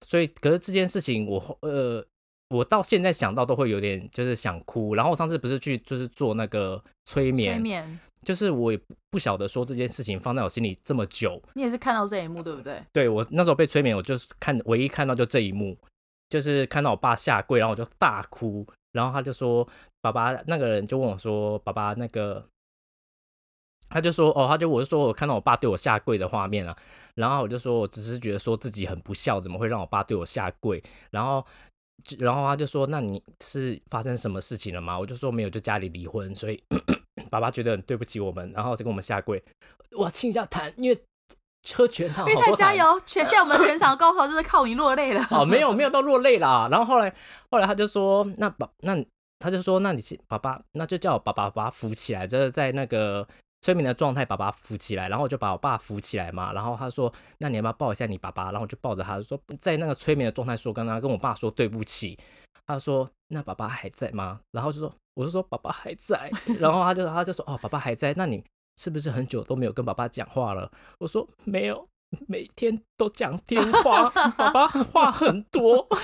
Speaker 1: 所以，可是这件事情我后呃，我到现在想到都会有点就是想哭。然后我上次不是去就是做那个催眠，
Speaker 2: 催眠，
Speaker 1: 就是我也不不晓得说这件事情放在我心里这么久，
Speaker 2: 你也是看到这一幕，对不对？
Speaker 1: 对我那时候被催眠，我就是看唯一看到就这一幕，就是看到我爸下跪，然后我就大哭，然后他就说爸爸那个人就问我说爸爸那个，他就说哦，他就我就说我看到我爸对我下跪的画面啊，然后我就说我只是觉得说自己很不孝，怎么会让我爸对我下跪，然后。就然后他就说：“那你是发生什么事情了吗？”我就说：“没有，就家里离婚，所以 爸爸觉得很对不起我们，然后就跟我们下跪。”我亲一下痰，因为喝全糖，
Speaker 2: 因为
Speaker 1: 好
Speaker 2: 太
Speaker 1: 不
Speaker 2: 加
Speaker 1: 好
Speaker 2: 油，全现在我们的全场高潮就是靠你落 泪了。
Speaker 1: 哦，没有没有到落泪啦。然后后来后来他就说，那爸那他就说，那你是爸爸，那就叫我爸爸把他扶起来，就是在那个催眠的状态，把爸扶起来。然后我就把我爸扶起来嘛。然后他说，那你要不要抱一下你爸爸？然后我就抱着他，说在那个催眠的状态说，跟他跟我爸说对不起。他说：“那爸爸还在吗？”然后就说：“我就说爸爸还在。”然后他就他就说：“哦，爸爸还在。那你是不是很久都没有跟爸爸讲话了？”我说：“没有，每天都讲电话，爸爸话很多。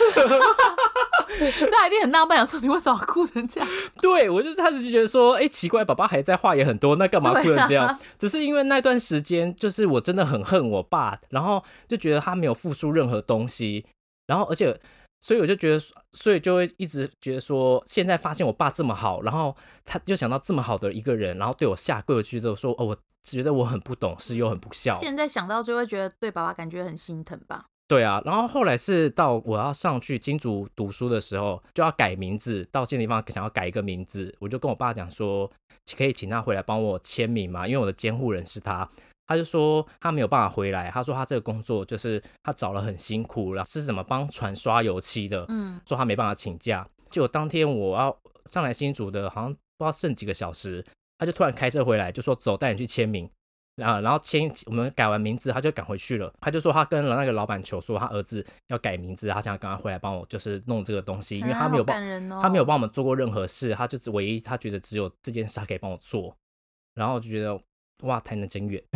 Speaker 2: 他一定很浪漫，想说你为什么要哭成这样？
Speaker 1: 对我就是开始就觉得说，哎、奇怪，爸爸还在话也很多，那干嘛哭成这
Speaker 2: 对
Speaker 1: 样？
Speaker 2: 啊
Speaker 1: 只是因为那段时间，就是我真的很恨我爸，然后就觉得他没有付出任何东西，然后而且，所以我就觉得，所以就会一直觉得说，现在发现我爸这么好，然后他就想到这么好的一个人，然后对我下跪，我就觉得说，哦，我觉得我很不懂事又很不孝，
Speaker 2: 现在想到就会觉得对爸爸感觉很心疼吧？
Speaker 1: 对啊，然后后来是到我要上去金竹读书的时候，就要改名字，到这地方想要改一个名字，我就跟我爸讲说，可以请他回来帮我签名嘛，因为我的监护人是他。他就说他没有办法回来，他说他这个工作就是他找了很辛苦，然后是怎么帮船刷油漆的，
Speaker 2: 嗯，
Speaker 1: 说他没办法请假。结果当天我要上来新竹的，好像不知道剩几个小时，他就突然开车回来，就说走，带你去签名。然后，然后签我们改完名字，他就赶回去了。他就说他跟了那个老板求说，他儿子要改名字，他想赶快回来帮我，就是弄这个东西，因为他没有
Speaker 2: 啊好
Speaker 1: 帮
Speaker 2: 感人哦，
Speaker 1: 他没有帮我们做过任何事，他就只唯一他觉得只有这件事他可以帮我做，然后我就觉得哇，台南真远，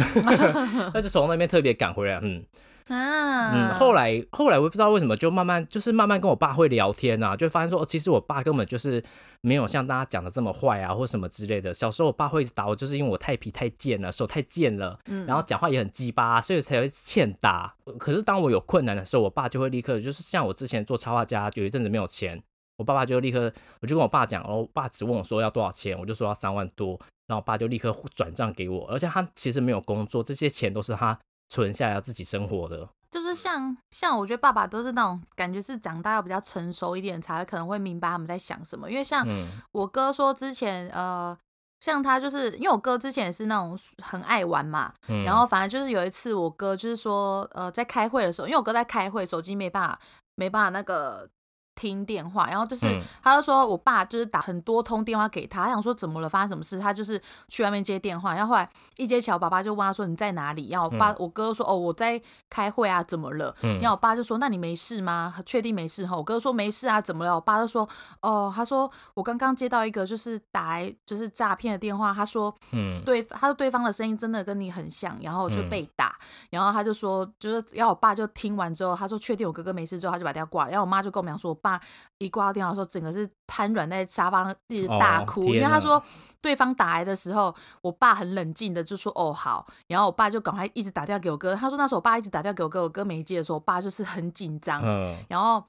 Speaker 1: 他就从那边特别赶回来，嗯
Speaker 2: 啊，
Speaker 1: 嗯。后来后来我也不知道为什么，就慢慢就是慢慢跟我爸会聊天啊，就发现说、哦其实我爸根本就是没有像大家讲的这么坏啊，或什么之类的。小时候我爸会一直打我，就是因为我太皮太贱了，手太贱了，
Speaker 2: 嗯，
Speaker 1: 然后讲话也很鸡巴，啊所以才会欠打。可是当我有困难的时候，我爸就会立刻，就是像我之前做插画家，有一阵子没有钱，我爸爸就立刻，我就跟我爸讲，哦，我爸只问我说要多少钱，我就说要三万多，然后我爸就立刻转账给我，而且他其实没有工作，这些钱都是他存下来要自己生活的。
Speaker 2: 就是像像我觉得爸爸都是那种感觉是长大要比较成熟一点才会可能会明白他们在想什么，因为像
Speaker 1: 嗯
Speaker 2: 我哥说之前呃。像他就是因为我哥之前也是那种很爱玩嘛，
Speaker 1: 嗯，
Speaker 2: 然后反正就是有一次我哥就是说呃在开会的时候，因为我哥在开会，手机没办法没办法那个听电话，然后就是、
Speaker 1: 嗯
Speaker 2: 他就说我爸就是打很多通电话给他，他想说怎么了，发生什么事，他就是去外面接电话，然后后来一接起来，我爸爸就问他说你在哪里？然后我爸、我哥说哦我在开会啊，怎么了？
Speaker 1: 嗯
Speaker 2: 然后我爸就说：“那你没事吗？确定没事哈？”我哥说：“没事啊，怎么了？”我爸就说：“哦，他说我刚刚接到一个就是打来就是诈骗的电话，他说
Speaker 1: 嗯
Speaker 2: 对，他说对方的声音真的跟你很像，然后就被打，然后他就说，就是要我爸就听完之后，他说确定我哥哥没事之后，他就把电话挂了。然后我妈就跟我们讲说，我爸一挂到电话的时候，整个是瘫软在沙发上一直大
Speaker 1: 哦
Speaker 2: 哭，
Speaker 1: 天
Speaker 2: 因为他
Speaker 1: 哪
Speaker 2: 说对方打来的时候，我爸很冷静的就说哦好，然后我爸就赶快一直打电话给我哥，他说那时候我爸一直打电话给我哥，我哥没接的时候，我爸就是很紧张，
Speaker 1: 嗯，
Speaker 2: 然后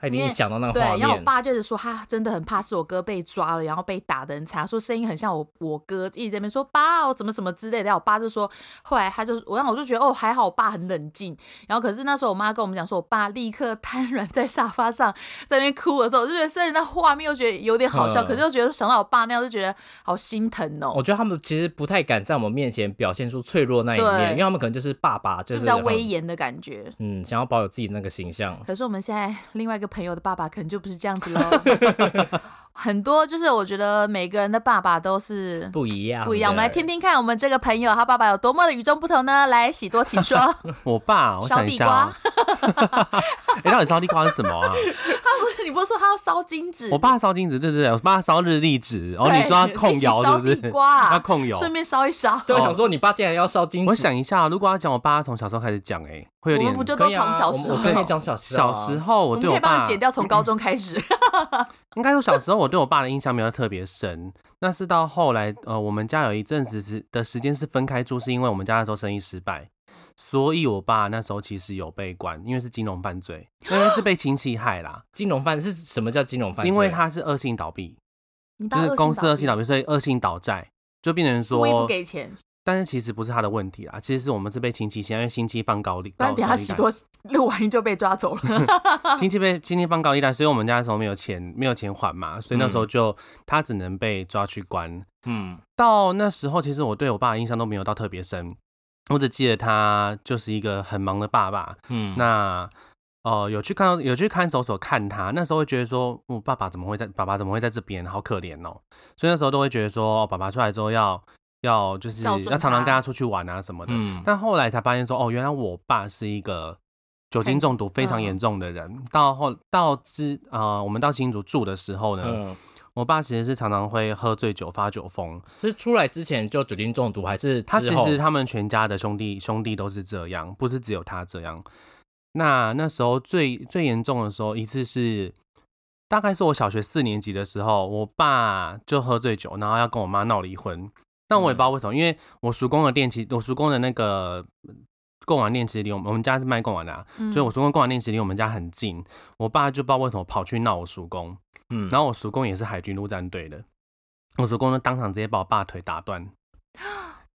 Speaker 1: 他一
Speaker 2: 因
Speaker 1: 定
Speaker 2: 为
Speaker 1: 想到那个
Speaker 2: 对
Speaker 1: 画，
Speaker 2: 然后我
Speaker 1: 面，
Speaker 2: 爸就是说，他真的很怕是我哥被抓了，然后被打的人才。他说声音很像我我哥，一直在那边说爸哦，怎么什么之类的。然后我爸就说，后来他就我让我就觉得哦，还好我爸很冷静。然后可是那时候我妈跟我们讲说，我爸立刻瘫软在沙发上，在那边哭的时候，我就觉得虽然那画面又觉得有点好笑，
Speaker 1: 嗯
Speaker 2: 可是又觉得想到我爸那样，就觉得好心疼哦。
Speaker 1: 我觉得他们其实不太敢在我们面前表现出脆弱那一
Speaker 2: 对
Speaker 1: 面，因为他们可能就是爸爸，
Speaker 2: 就
Speaker 1: 就
Speaker 2: 比
Speaker 1: 是
Speaker 2: 较
Speaker 1: 很
Speaker 2: 威严的感觉，
Speaker 1: 嗯，想要保有自己那个形象。
Speaker 2: 可是我们现在另外一个朋友的爸爸可能就不是这样子喽。 很多就是我觉得每个人的爸爸都是
Speaker 1: 不一样的，
Speaker 2: 不一样。我们来听听看，我们这个朋友他爸爸有多么的与众不同呢？来，喜多，请说。
Speaker 3: 我爸，我
Speaker 2: 烧
Speaker 3: 想一
Speaker 2: 地
Speaker 3: 下、
Speaker 2: 瓜
Speaker 3: 啊，，哎、到底烧地瓜是什么啊？
Speaker 2: 他不是你不是说他要烧金纸？
Speaker 3: 我爸烧金纸，对对对，我爸烧日历纸。哦，
Speaker 2: 对
Speaker 3: 你说他控窑是不
Speaker 2: 一
Speaker 3: 是
Speaker 2: 起烧地？瓜啊
Speaker 3: 他控窑。
Speaker 2: 顺便烧一烧。
Speaker 1: 对，我
Speaker 3: 哦
Speaker 1: 想说你爸竟然要烧金纸，
Speaker 3: 我想一下，哦如果要讲我爸从小时候开始讲，哎，会
Speaker 2: 我
Speaker 3: 有点
Speaker 2: 们不就都
Speaker 1: 可以
Speaker 2: 从
Speaker 1: 啊
Speaker 2: 小时
Speaker 1: 我
Speaker 2: 候
Speaker 1: 们？我跟你讲小时候
Speaker 3: 小
Speaker 1: 啊
Speaker 3: 时候
Speaker 2: 我
Speaker 3: 我
Speaker 2: 们
Speaker 3: 对
Speaker 2: 可以帮
Speaker 3: 爸
Speaker 2: 你，剪掉，从高中开始。
Speaker 3: 应该说小时候我对我爸的印象没有特别深。那是到后来，呃，我们家有一阵子是的时间是分开住，是因为我们家那时候生意失败，所以我爸那时候其实有被关，因为是金融犯罪，因为是被亲戚害啦，
Speaker 1: 金融犯是什么叫金融犯罪？
Speaker 3: 因为他是恶性倒闭，
Speaker 2: 你爸
Speaker 3: 嗯就是公司恶
Speaker 2: 恶
Speaker 3: 性
Speaker 2: 性
Speaker 3: 倒闭，所以恶性倒债，就变成
Speaker 2: 故意不
Speaker 3: 说，
Speaker 2: 给钱，
Speaker 3: 但是其实不是他的问题啦，其实是我们是被亲戚先，因为亲戚放高利，
Speaker 2: 不然
Speaker 3: 高
Speaker 2: 等
Speaker 3: 高
Speaker 2: 下
Speaker 3: 利
Speaker 2: 喜
Speaker 3: 贷
Speaker 2: 多 录完音就被抓走了。
Speaker 3: 亲戚被亲戚放高利贷，所以我们家那时候没有钱，没有钱还嘛，所以那时候就、他只能被抓去关。
Speaker 1: 嗯
Speaker 3: 到那时候，其实我对我爸的印象都没有到特别深，我只记得他就是一个很忙的爸爸。
Speaker 1: 嗯
Speaker 3: 那呃，有去看到有去看守所看他，那时候会觉得说，我、爸爸怎么会在爸爸怎么会在这边，好可怜哦。所以那时候都会觉得说，哦、爸爸出来之后要要就是
Speaker 2: 孝顺
Speaker 3: 要常常
Speaker 2: 他
Speaker 3: 跟他出去玩啊什么的。
Speaker 1: 嗯
Speaker 3: 但后来才发现说，哦，原来我爸是一个酒精中
Speaker 2: 嗯
Speaker 3: 毒非常严重的人。到后到之啊、呃我们到新竹住的时候呢，
Speaker 1: 嗯
Speaker 3: 我爸其实是常常会喝醉酒发酒疯，
Speaker 1: 是出来之前就酒精中毒，还是
Speaker 3: 他
Speaker 1: 之
Speaker 3: 其
Speaker 1: 后
Speaker 3: 实他们全家的兄弟兄弟都是这样，不是只有他这样。那那时候最最严重的时候，一次是大概是我小学四年级的时候，我爸就喝醉酒，然后要跟我妈闹离婚。但我也不知
Speaker 1: 嗯
Speaker 3: 道为什么，因为我叔公的店其我叔公的那个贡丸店其实离我们我们家是卖贡丸的、啊，
Speaker 2: 嗯
Speaker 3: 所以我叔公贡丸店其实离我们家很近。我爸就不知道为什么跑去闹我叔公，
Speaker 1: 嗯，
Speaker 3: 然后我叔公也是海军陆战队的，我叔公就当场直接把我爸腿打断。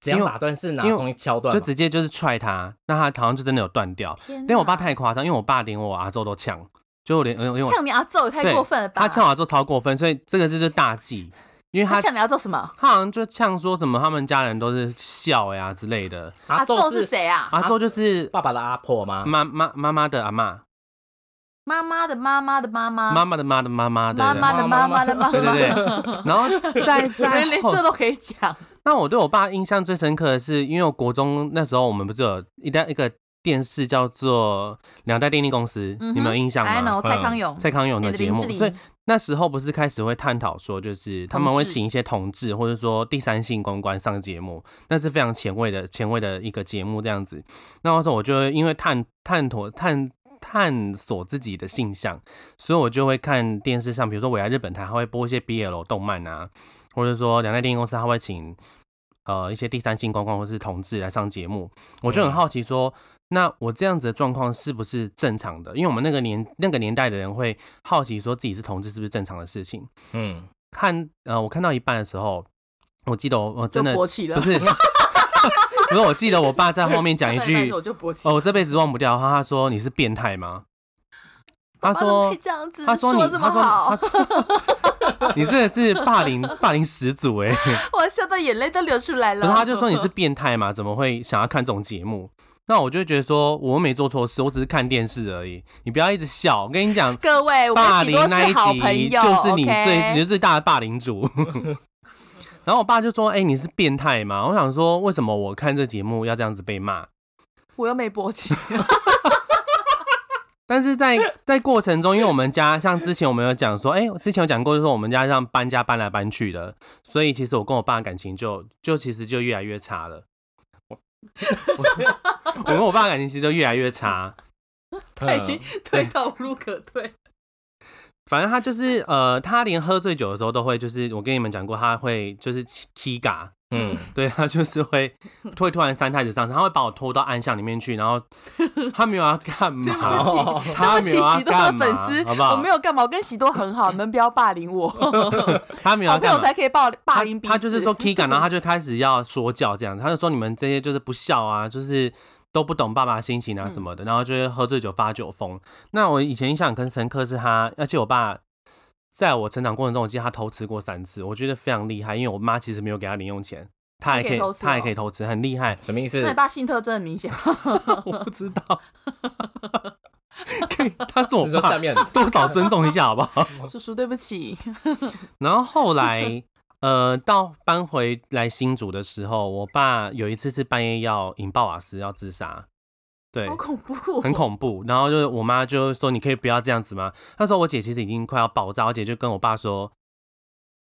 Speaker 1: 怎样
Speaker 3: 因为
Speaker 1: 打断是拿
Speaker 3: 因为
Speaker 1: 东西敲断
Speaker 3: 就
Speaker 1: 吗，
Speaker 3: 直接就是踹他，那他好像就真的有断掉。
Speaker 2: 天哪，
Speaker 3: 但我爸太夸张，因为我爸连我阿周都呛，就我连呃因为我
Speaker 2: 嗯呛你要揍也太
Speaker 3: 对
Speaker 2: 过分了吧？
Speaker 3: 他呛我阿周超过分，所以这个就是大忌，因为
Speaker 2: 他
Speaker 3: 他
Speaker 2: 呛你要做什么？
Speaker 3: 他好像就呛说什么他们家人都是笑呀、之类的。
Speaker 1: 阿
Speaker 2: 揍
Speaker 1: 宙
Speaker 2: 是谁啊？
Speaker 3: 阿周就是
Speaker 1: 爸爸的阿婆吗？
Speaker 3: 妈妈妈妈的阿妈，
Speaker 2: 妈妈的妈妈的妈妈，
Speaker 3: 妈妈的妈的妈妈的
Speaker 2: 妈妈的妈妈的妈妈，
Speaker 3: 对对对然后 再再
Speaker 2: 连连
Speaker 3: 后
Speaker 2: 这都可以讲。
Speaker 3: 那我对我爸印象最深刻的是，因为我国中那时候我们不是有一代一个电视叫做两代电力公司，
Speaker 2: 嗯哼
Speaker 3: 你们有印象吗？嗯
Speaker 2: I know，蔡康永
Speaker 3: 蔡康永的节
Speaker 2: 演
Speaker 3: 目
Speaker 2: 哎的林，志
Speaker 3: 所以
Speaker 2: 玲
Speaker 3: 那时候不是开始会探讨说，就是他们
Speaker 2: 同
Speaker 3: 会
Speaker 2: 志
Speaker 3: 请一些同志或者说第三性公关上节目，那是非常前卫的前卫的一个节目这样子。那时候我就会因为探探索探探索自己的性向，所以我就会看电视上，比如说我来日本台，它会播一些 BL 动漫啊，或者说两代电影公司，它会请呃一些第三性公关或是同志来上节目，我就很好奇说，那我这样子的状况是不是正常的？因为我们那个年那个年代的人会好奇说自己是同志是不是正常的事情。
Speaker 1: 嗯，
Speaker 3: 看呃，我看到一半的时候，我记得我我真的
Speaker 2: 就勃起了
Speaker 3: 不 是，不是，我记得我爸在后面讲一
Speaker 2: 看
Speaker 3: 句
Speaker 2: 到，我就勃起。
Speaker 3: 哦，我这辈子忘不掉，他他说你是变态吗？他
Speaker 2: 爸爸怎么
Speaker 3: 说
Speaker 2: 可以这样子，
Speaker 3: 他说你
Speaker 2: 得这么
Speaker 3: 他说
Speaker 2: 好
Speaker 3: 他，说你真的是霸凌霸凌始祖 哎、
Speaker 2: 我笑到眼泪都流出来
Speaker 3: 可
Speaker 2: 了。，
Speaker 3: 是他就说你是变态嘛，怎么会想要看这种节目？那我就觉得说我没做错事，我只是看电视而已，你不要一直笑。我跟你讲
Speaker 2: 各位，我们
Speaker 3: 霸
Speaker 2: 喜
Speaker 3: 凌
Speaker 2: 多
Speaker 3: 那
Speaker 2: 是好
Speaker 3: 一
Speaker 2: 朋
Speaker 3: 集
Speaker 2: 友，
Speaker 3: 就是你最
Speaker 2: OK
Speaker 3: 你就是最大的霸凌主。 然后我爸就说：“哎、你是变态吗？”我想说，为什么我看这节目要这样子被骂？
Speaker 2: 我又没勃 起，
Speaker 3: 但是在 在过程中，因为我们家像之前我们有讲说，哎、之前有讲过，就是说我们家像搬家搬来搬去的，所以其实我跟我爸的感情就就其实就越来越差了。我 我我跟我爸的感情其实就越来越差，嗯
Speaker 2: 他已经退到无路可退。
Speaker 3: 反正他就是呃，他连喝醉酒的时候都会，就是我跟你们讲过，他会就是 k 嘎，
Speaker 1: 嗯，
Speaker 3: 对他就是 会会突然三太子上身，他会把我拖到暗巷里面去，然后他没有要干嘛，
Speaker 1: 好，。
Speaker 3: 他没
Speaker 2: 对
Speaker 3: 有
Speaker 2: 不起，
Speaker 3: 要
Speaker 2: 喜多的
Speaker 3: 干
Speaker 2: 粉
Speaker 3: 嘛，
Speaker 2: 丝，
Speaker 3: 好不好？
Speaker 2: 我没有干嘛，我跟喜多很 好，你们不要霸凌我，好
Speaker 3: 他没有要啊
Speaker 2: 朋
Speaker 3: 干
Speaker 2: 友
Speaker 3: 嘛。
Speaker 2: 才可以霸霸
Speaker 3: 他
Speaker 2: 凌彼此。
Speaker 3: 他就是说 Kika，然后他就开始要说教这样，他就说你们这些就是不孝啊，就是都不懂爸爸心情啊
Speaker 2: 嗯
Speaker 3: 什么的，然后就会喝醉酒发酒疯。那我以前印象很深刻是他，而且我爸在我成长过程中，我记得他偷吃过三次，我觉得非常厉害，因为我妈其实没有给他零用钱，他还可
Speaker 2: 他可
Speaker 3: 以
Speaker 2: 以偷吃哦
Speaker 3: 他还可以偷吃，很厉 害
Speaker 1: 什么意思
Speaker 2: 那？你爸性特征很明显，
Speaker 3: 我不知道， 可以他是我
Speaker 1: 你说下
Speaker 3: 爸，
Speaker 1: 面
Speaker 3: 多少尊重一下好不好？
Speaker 2: 叔叔对不起，
Speaker 3: 然后后来，呃，到搬回来新竹的时候，我爸有一次是半夜要引爆瓦斯，要自杀，对
Speaker 2: 好，恐怖，哦
Speaker 3: 很恐怖。然后就是我妈就说：“你可以不要这样子吗？”那时候我姐其实已经快要爆炸，我姐就跟我爸说：“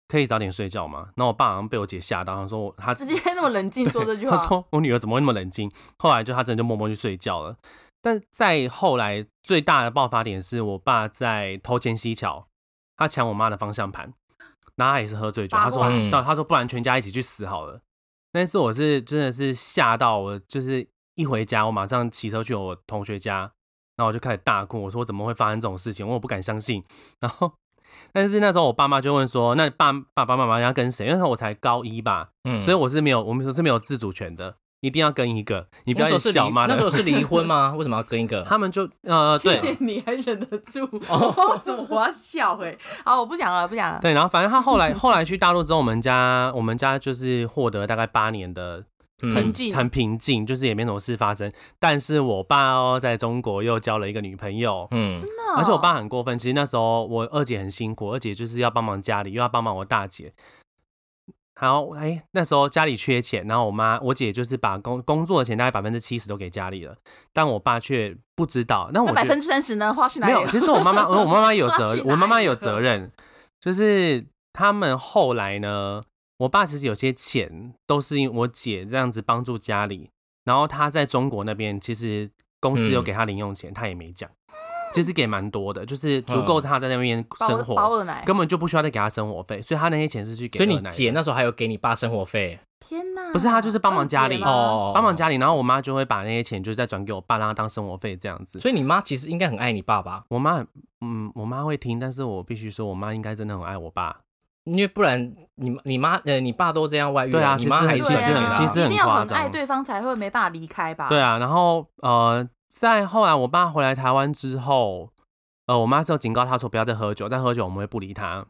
Speaker 3: 可以早点睡觉吗？”然后我爸好像被我姐吓到，他说我：“他
Speaker 2: 直接那么冷静说这句
Speaker 3: 他
Speaker 2: 话，
Speaker 3: 说我女儿怎么会那么冷静？后来就他真的就默默去睡觉了。但再后来最大的爆发点是我爸在偷钱西桥，他抢我妈的方向盘，然后他也是喝醉酒，
Speaker 2: 八
Speaker 3: 他说
Speaker 2: 卦
Speaker 1: 嗯
Speaker 3: 到他说不然全家一起去死好了。那次我是真的是吓到我，就是一回家我马上骑车去我同学家，然后我就开始大哭，我说我怎么会发生这种事情？我不敢相信。然后，但是那时候我爸妈就问说，那爸爸爸妈妈要跟谁？那时候我才高一吧，
Speaker 1: 嗯
Speaker 3: 所以我是没有，我们是没有自主权的，一定要跟一个，你不
Speaker 1: 那时候
Speaker 3: 要
Speaker 1: 是
Speaker 3: 小
Speaker 1: 离
Speaker 3: 妈
Speaker 1: 那时候
Speaker 3: 的。
Speaker 1: 是离婚吗？ 为什么要跟一个？
Speaker 3: 他们就呃
Speaker 2: 谢
Speaker 3: 对哦
Speaker 2: 谢你还忍得住，我不知道为什么 我要笑哎，好，我不讲了，不讲了，
Speaker 3: 对，然后反正他后来后来去大陆之后，我们家我们家就是获得大概八年的
Speaker 2: 很
Speaker 1: 嗯，
Speaker 2: 近
Speaker 3: 很平静，就是也没什么事发生。但是我爸哦，在中国又交了一个女朋友，
Speaker 1: 嗯，
Speaker 2: 真的
Speaker 3: 而且我爸很过分。其实那时候我二姐很辛苦，二姐就是要帮忙家里，又要帮忙我大姐。然后哎、那时候家里缺钱，然后我妈我姐就是把工工作的钱大概百分之七十都给家里了，但我爸却不知道。那我
Speaker 2: 那百
Speaker 3: 觉得
Speaker 2: 分之三十呢，花去哪
Speaker 3: 没
Speaker 2: 里啊
Speaker 3: 有，
Speaker 2: 了？
Speaker 3: 其实我妈妈，我妈妈有责
Speaker 2: 去哪
Speaker 3: 任，
Speaker 2: 里
Speaker 3: 我妈妈有责任，就是他们后来呢，我爸其实有些钱都是因为我姐这样子帮助家里，然后他在中国那边其实公
Speaker 1: 嗯
Speaker 3: 司有给他零用钱，他也没讲，其实给蛮多的，
Speaker 1: 嗯
Speaker 3: 就是足够他在那边
Speaker 2: 包
Speaker 3: 生
Speaker 2: 包
Speaker 3: 活，
Speaker 2: 二奶，
Speaker 3: 根本就不需要再给他生活费，所以他那些钱是去给
Speaker 1: 所以
Speaker 3: 二奶的。
Speaker 1: 你姐那时候还有给你爸生活费
Speaker 2: 天哪！
Speaker 3: 不是他就是帮忙家里
Speaker 2: 二姐吗
Speaker 1: 哦，
Speaker 3: 帮忙。家里，然后我妈就会把那些钱就是再转给我爸，让他当生活费这样子。
Speaker 1: 所以你妈其实应该很爱你爸吧？
Speaker 3: 我妈很，嗯，我妈会听，但是我必须说，我妈应该真的很爱我爸。
Speaker 1: 因为不然你你妈呃你爸都这样外遇了，
Speaker 3: 对啊
Speaker 1: 你妈还
Speaker 3: 其
Speaker 1: 是
Speaker 3: 实
Speaker 2: 对
Speaker 1: 很爱
Speaker 2: 啊
Speaker 1: 他
Speaker 3: 其实
Speaker 2: 一
Speaker 3: 很
Speaker 2: 定要
Speaker 3: 夸
Speaker 2: 很爱
Speaker 3: 张
Speaker 2: 对方才会没办法离开吧？
Speaker 3: 对啊，然后呃，在后来我爸回来台湾之后，呃，我妈是有警告他说不要再喝酒，再喝酒我们会不理他。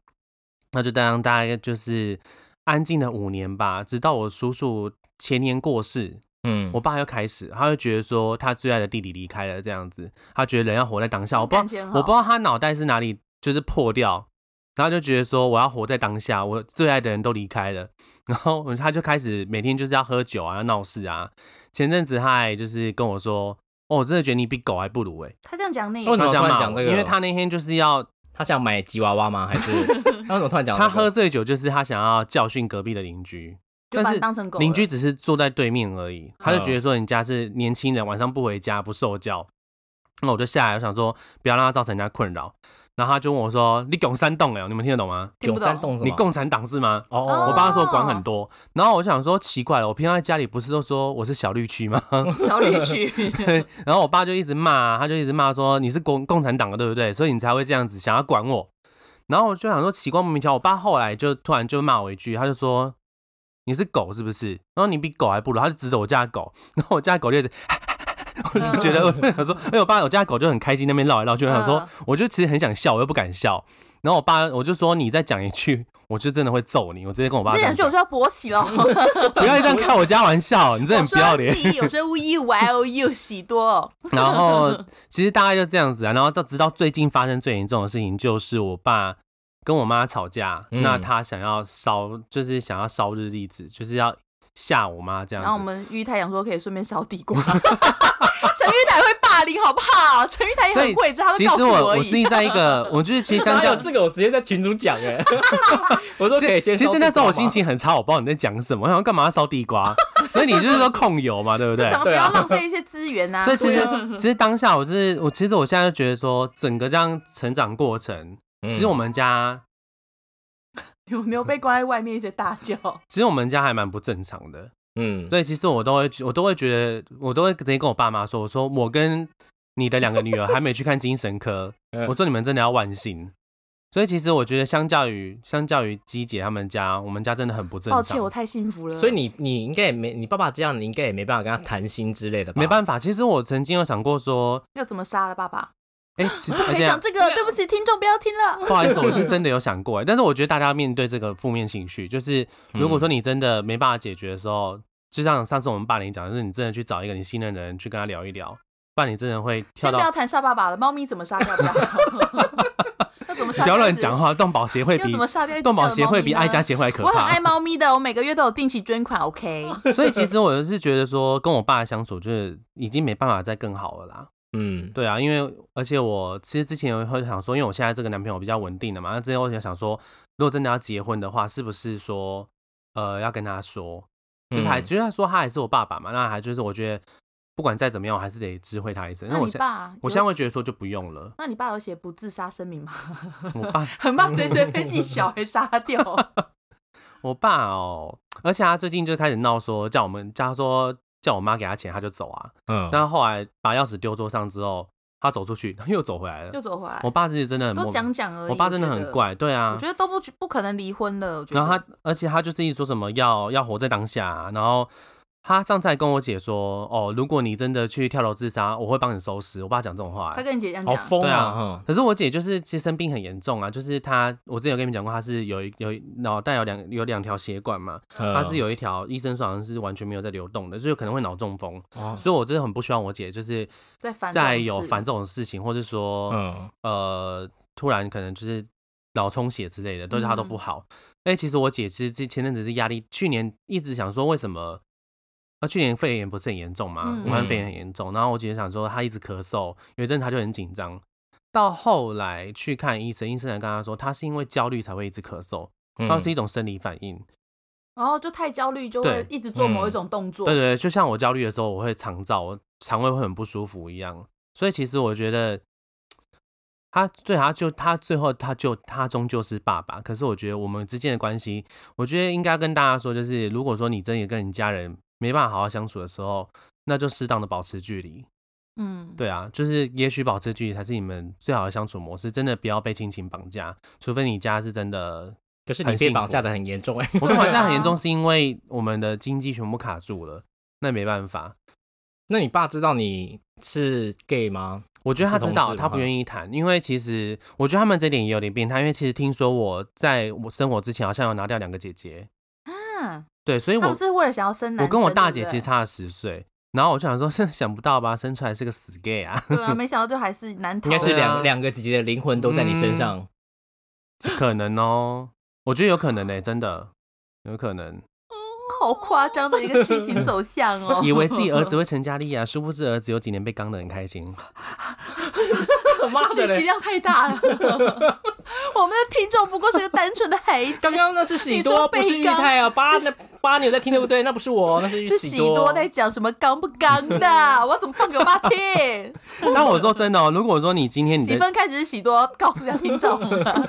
Speaker 3: 那就当大概就是安静了五年吧，直到我叔叔前年过世，
Speaker 1: 嗯
Speaker 3: 我爸又开始，他就觉得说他最爱的弟弟离开了这样子，他觉得人要活在当下。我不知道
Speaker 2: 感情很好
Speaker 3: 我不知道他脑袋是哪里就是破掉，然后就觉得说我要活在当下，我最爱的人都离开了， 然后他就开始每天就是要喝酒啊、要闹事啊。前阵子他还就是跟我说，哦，我真的觉得你比狗还不如哎、欸，
Speaker 2: 他这样讲你，
Speaker 1: 为什
Speaker 3: 他
Speaker 1: 么
Speaker 3: 这样
Speaker 1: 突然
Speaker 3: 骂
Speaker 1: 讲
Speaker 3: 我，
Speaker 1: 这个
Speaker 3: 因为他那天就是要
Speaker 1: 他想买吉娃娃吗？还 是他为什么突然讲这
Speaker 3: 他
Speaker 1: 个？
Speaker 3: 喝醉酒，就是他想要教训隔壁的邻居。
Speaker 2: 就把
Speaker 3: 但
Speaker 2: 你
Speaker 3: 是
Speaker 2: 当成狗了。
Speaker 3: 邻居只是坐在对面而
Speaker 1: 嗯
Speaker 3: 已，他就觉得说人家是年轻人，晚上不回家不受教。那我就下来，我想说不要让他造成人家困扰。然后他就问我说：“你共三栋欸了，你们听得懂吗？
Speaker 2: 听
Speaker 1: 永
Speaker 2: 不
Speaker 1: 山
Speaker 2: 懂，
Speaker 1: 洞什么？
Speaker 3: 你 共产党是吗？”
Speaker 1: 哦
Speaker 2: 哦
Speaker 3: 我爸说管很多，然后我想说奇怪了，我平常在家里不是都说我是小绿区吗？
Speaker 2: 小女 婿，
Speaker 3: 然后我爸就一直骂啊，他就一直骂说你是共共产党的对不对？所以你才会这样子想要管我。然后我就想说奇怪莫名其妙，我爸后来就突然就骂我一句，他就说你是狗是不是？然后你比狗还不如，他就指着我家的狗，然后我家的狗就一直。 我就觉得，我就想说，哎，我爸我家的狗就很开心，那边绕来绕去。我想说
Speaker 2: 嗯，
Speaker 3: 我就其实很想笑，我又不敢笑。然后我爸，我就说，你再讲一句，我就真的会揍你。我直接 跟我爸
Speaker 2: 这
Speaker 3: 这样
Speaker 2: 两句我
Speaker 3: 讲，
Speaker 2: 就要勃起了。
Speaker 3: 不要这样开我家玩笑，你 真的很不要脸
Speaker 2: 我。说你有 声无义，Y O U 喜多。
Speaker 3: 然后其实大概就这样子啊，然后到直到最近发生最严重的事情，就是我爸跟我妈吵架，
Speaker 1: 嗯
Speaker 3: 那他想要烧，就是想要烧日历纸，就是要吓我妈这样
Speaker 2: 然后
Speaker 3: 子。
Speaker 2: 我们玉太想说可以顺便烧地瓜， 陈玉台会霸凌好不好？陈玉台也
Speaker 3: 所
Speaker 2: 很
Speaker 3: 以
Speaker 2: 会，只是他会
Speaker 3: 其
Speaker 2: 告
Speaker 3: 实
Speaker 2: 诉
Speaker 3: 我
Speaker 2: 而
Speaker 3: 我
Speaker 2: 已。
Speaker 3: 是在一个，我就是其实相
Speaker 1: 哪
Speaker 3: 较
Speaker 1: 哎有这个我直接在群主讲 哎， 我说可以先
Speaker 3: 其
Speaker 1: 收地瓜吗。
Speaker 3: 实那时候我心情很差，我不知道你在讲什么，我想说干嘛要烧地瓜？所以你就是说控油嘛，对不
Speaker 2: 就
Speaker 3: 对？
Speaker 2: 想不
Speaker 1: 对啊
Speaker 2: 要浪费一些资源呐、
Speaker 3: 所以其
Speaker 2: 对
Speaker 3: 实
Speaker 2: 啊
Speaker 3: 其实当下我是我，其实我现在就觉得说，整个这样成长过程，
Speaker 1: 嗯，
Speaker 3: 其实我们家
Speaker 2: 有没有被关在外面一直大叫？
Speaker 3: 其实我们家还蛮不正常的，
Speaker 1: 嗯，
Speaker 3: 对，其实我都会，我都会觉得，我都会直接跟我爸妈说，我说我跟你的两个女儿还没去看精神科
Speaker 1: 嗯，
Speaker 3: 我说你们真的要万幸。所以其实我觉得，相较于相较于鸡姐他们家，我们家真的很不正常。
Speaker 2: 抱歉，我太幸福了。
Speaker 1: 所以你你应该也没你爸爸这样，你应该也没办法跟他谈心之类的吧？
Speaker 3: 没办法。其实我曾经有想过说，
Speaker 2: 要怎么杀了爸爸？
Speaker 3: 哎、其实哎
Speaker 2: 可
Speaker 3: 这
Speaker 2: 以讲
Speaker 3: 样
Speaker 2: 这个，对不起，听众不要听了。
Speaker 3: 不好意思，我是真的有想过。欸但是我觉得大家面对这个负面情绪，就是如果说你真的没办法解决的时候，就像上次我们爸你讲，就是你真的去找一个你信任的人去跟他聊一聊，不然你真的会跳
Speaker 2: 先
Speaker 3: 到
Speaker 2: 不要谈杀爸爸了，猫咪怎么杀掉？ 要怎么杀？
Speaker 3: 不要乱讲，话，动保协会
Speaker 2: 要
Speaker 3: 比
Speaker 2: 怎么杀掉一只
Speaker 3: 动保
Speaker 2: 叫的
Speaker 3: 协会比
Speaker 2: 猫咪呢
Speaker 3: 爱家协会还可
Speaker 2: 啊我很爱
Speaker 3: 怕。
Speaker 2: 猫咪的，我每个月都有定期捐款，OK？
Speaker 3: 所以其实我是觉得说，跟我爸相处就是已经没办法再更好了啦。
Speaker 1: 嗯，
Speaker 3: 对啊，因为而且我其实之前会想说，因为我现在这个男朋友比较稳定了嘛，那之前我就想说，如果真的要结婚的话，是不是说呃要跟他说，就是还、
Speaker 1: 嗯
Speaker 3: 就是他说他还是我爸爸嘛，那还就是我觉得不管再怎么样，我还是得知会他一次。
Speaker 2: 那
Speaker 3: 我
Speaker 2: 你
Speaker 3: 现
Speaker 2: 爸有，
Speaker 3: 我现在会觉得说就不用了，
Speaker 2: 那你爸有写不自杀声明吗？
Speaker 3: 我爸
Speaker 2: 很怕随随便自己小孩杀 掉。
Speaker 3: 我爸哦，而且他最近就开始闹说，叫我们叫他说叫我妈给他钱，他就走啊。
Speaker 1: 嗯，
Speaker 3: 但后来把钥匙丢桌上之后，他走出去，他又走回来
Speaker 2: 就
Speaker 3: 了。
Speaker 2: 走回来
Speaker 3: 我，爸自己真的很
Speaker 2: 都
Speaker 3: 莫
Speaker 2: 讲
Speaker 3: 名，
Speaker 2: 讲而已。
Speaker 3: 我爸真的很
Speaker 2: 怪，
Speaker 3: 怪，对啊
Speaker 2: 我。觉得都不不可能离婚了。我觉得
Speaker 3: 然后他，而且他就是一直说什么要要活在当下啊、然后他上次还跟我姐说，哦，如果你真的去跳楼自杀，我会帮你收尸。我爸讲这种话、
Speaker 2: 他跟你姐这样
Speaker 1: 好
Speaker 2: 讲，
Speaker 1: 疯
Speaker 3: 对
Speaker 1: 啊！
Speaker 3: 啊
Speaker 1: 哈
Speaker 3: 可是我姐就是其实生病很严重啊，就是她，我之前有跟你们讲过，她是有一有一脑袋有两有两条血管嘛，她
Speaker 1: 嗯
Speaker 3: 是，有一条医生说好像是完全没有在流动的，就是可能会脑中风，
Speaker 1: 嗯
Speaker 3: 所以我真的很不希望我姐就是
Speaker 2: 在烦这种
Speaker 3: 再有
Speaker 2: 事
Speaker 3: 烦这种事情，或是说
Speaker 1: 嗯，
Speaker 3: 呃突然可能就是脑充血之类的，对她都不
Speaker 2: 嗯
Speaker 3: 好。哎，其实我姐其实之前阵子是压力，去年一直想说为什么。啊，去年肺炎不是很严重嘛
Speaker 2: 嗯，
Speaker 3: 武汉肺炎很严重，然后我姐想说她一直咳嗽，有一阵子她就很紧张，到后来去看医生，医生才跟她说她是因为焦虑才会一直咳嗽，
Speaker 1: 嗯
Speaker 3: 它是一种生理反应。
Speaker 2: 然后就太焦虑，就会
Speaker 3: 对
Speaker 2: 一直做某一
Speaker 1: 嗯
Speaker 2: 种动作。
Speaker 3: 对对对，就像我焦虑的时候，我会肠燥，我肠胃会很不舒服一样。所以其实我觉得，他对他就他最后他就他终究是爸爸。可是我觉得我们之间的关系，我觉得应该跟大家说，就是如果说你真的跟你家人没办法好好相处的时候，那就适当的保持距离。
Speaker 2: 嗯，
Speaker 3: 对啊，就是也许保持距离才是你们最好的相处模式。真的不要被亲情绑架，除非你家是真的
Speaker 1: 可是你
Speaker 3: 很
Speaker 1: 被
Speaker 3: 幸
Speaker 1: 绑架
Speaker 3: 福
Speaker 1: 的很严重哎、
Speaker 3: 我们绑架很严
Speaker 2: 啊
Speaker 3: 重，是因为我们的经济全部卡住了，那没办法。
Speaker 1: 那你爸知道你是 gay 吗？
Speaker 3: 我觉得他
Speaker 1: 是
Speaker 3: 知
Speaker 1: 同
Speaker 3: 道，
Speaker 1: 志
Speaker 3: 他不
Speaker 1: 吗
Speaker 3: 愿意谈，因为其实我觉得他们这点也有点变态，因为其实听说我在我生我之前好像有拿掉两个姐姐，
Speaker 2: 啊，
Speaker 3: 对，所以
Speaker 2: 他
Speaker 3: 我
Speaker 2: 们是为了想要生男
Speaker 3: 我
Speaker 2: 生。
Speaker 3: 跟我大姐
Speaker 2: 对不
Speaker 3: 其
Speaker 2: 对
Speaker 3: 实差了十岁，然后我就想说， 是想不到吧，生出来是个死 gay 啊，
Speaker 2: 对啊，没想到就还是难逃的。
Speaker 1: 应该是
Speaker 3: 对啊嗯
Speaker 1: 两两个姐姐的灵魂都在你身上。
Speaker 3: 可能哦，我觉得有可能呢、欸
Speaker 2: 哦
Speaker 3: 真的有可能，。
Speaker 2: 好夸张的一个剧情走向哦
Speaker 3: 以为自己儿子会成家立业、啊，殊不知儿子有几年被刚的很 开心。
Speaker 1: 妈
Speaker 2: 讯息！量太大 了， 我们的听众不过是个单纯的孩子。
Speaker 1: 刚刚那是喜多，
Speaker 2: 说
Speaker 1: 不是
Speaker 2: 被
Speaker 1: 玉
Speaker 2: 刚
Speaker 1: 泰啊！八那八你有在听对不对？那不是我，那是
Speaker 2: 是
Speaker 1: 喜
Speaker 2: 喜多在讲什么刚不刚的， 我要怎么放给我爸听？
Speaker 3: 但我说真的哦，如果说你今天你
Speaker 2: 几
Speaker 3: 的
Speaker 2: 分开始是喜多，告诉一下听众 啊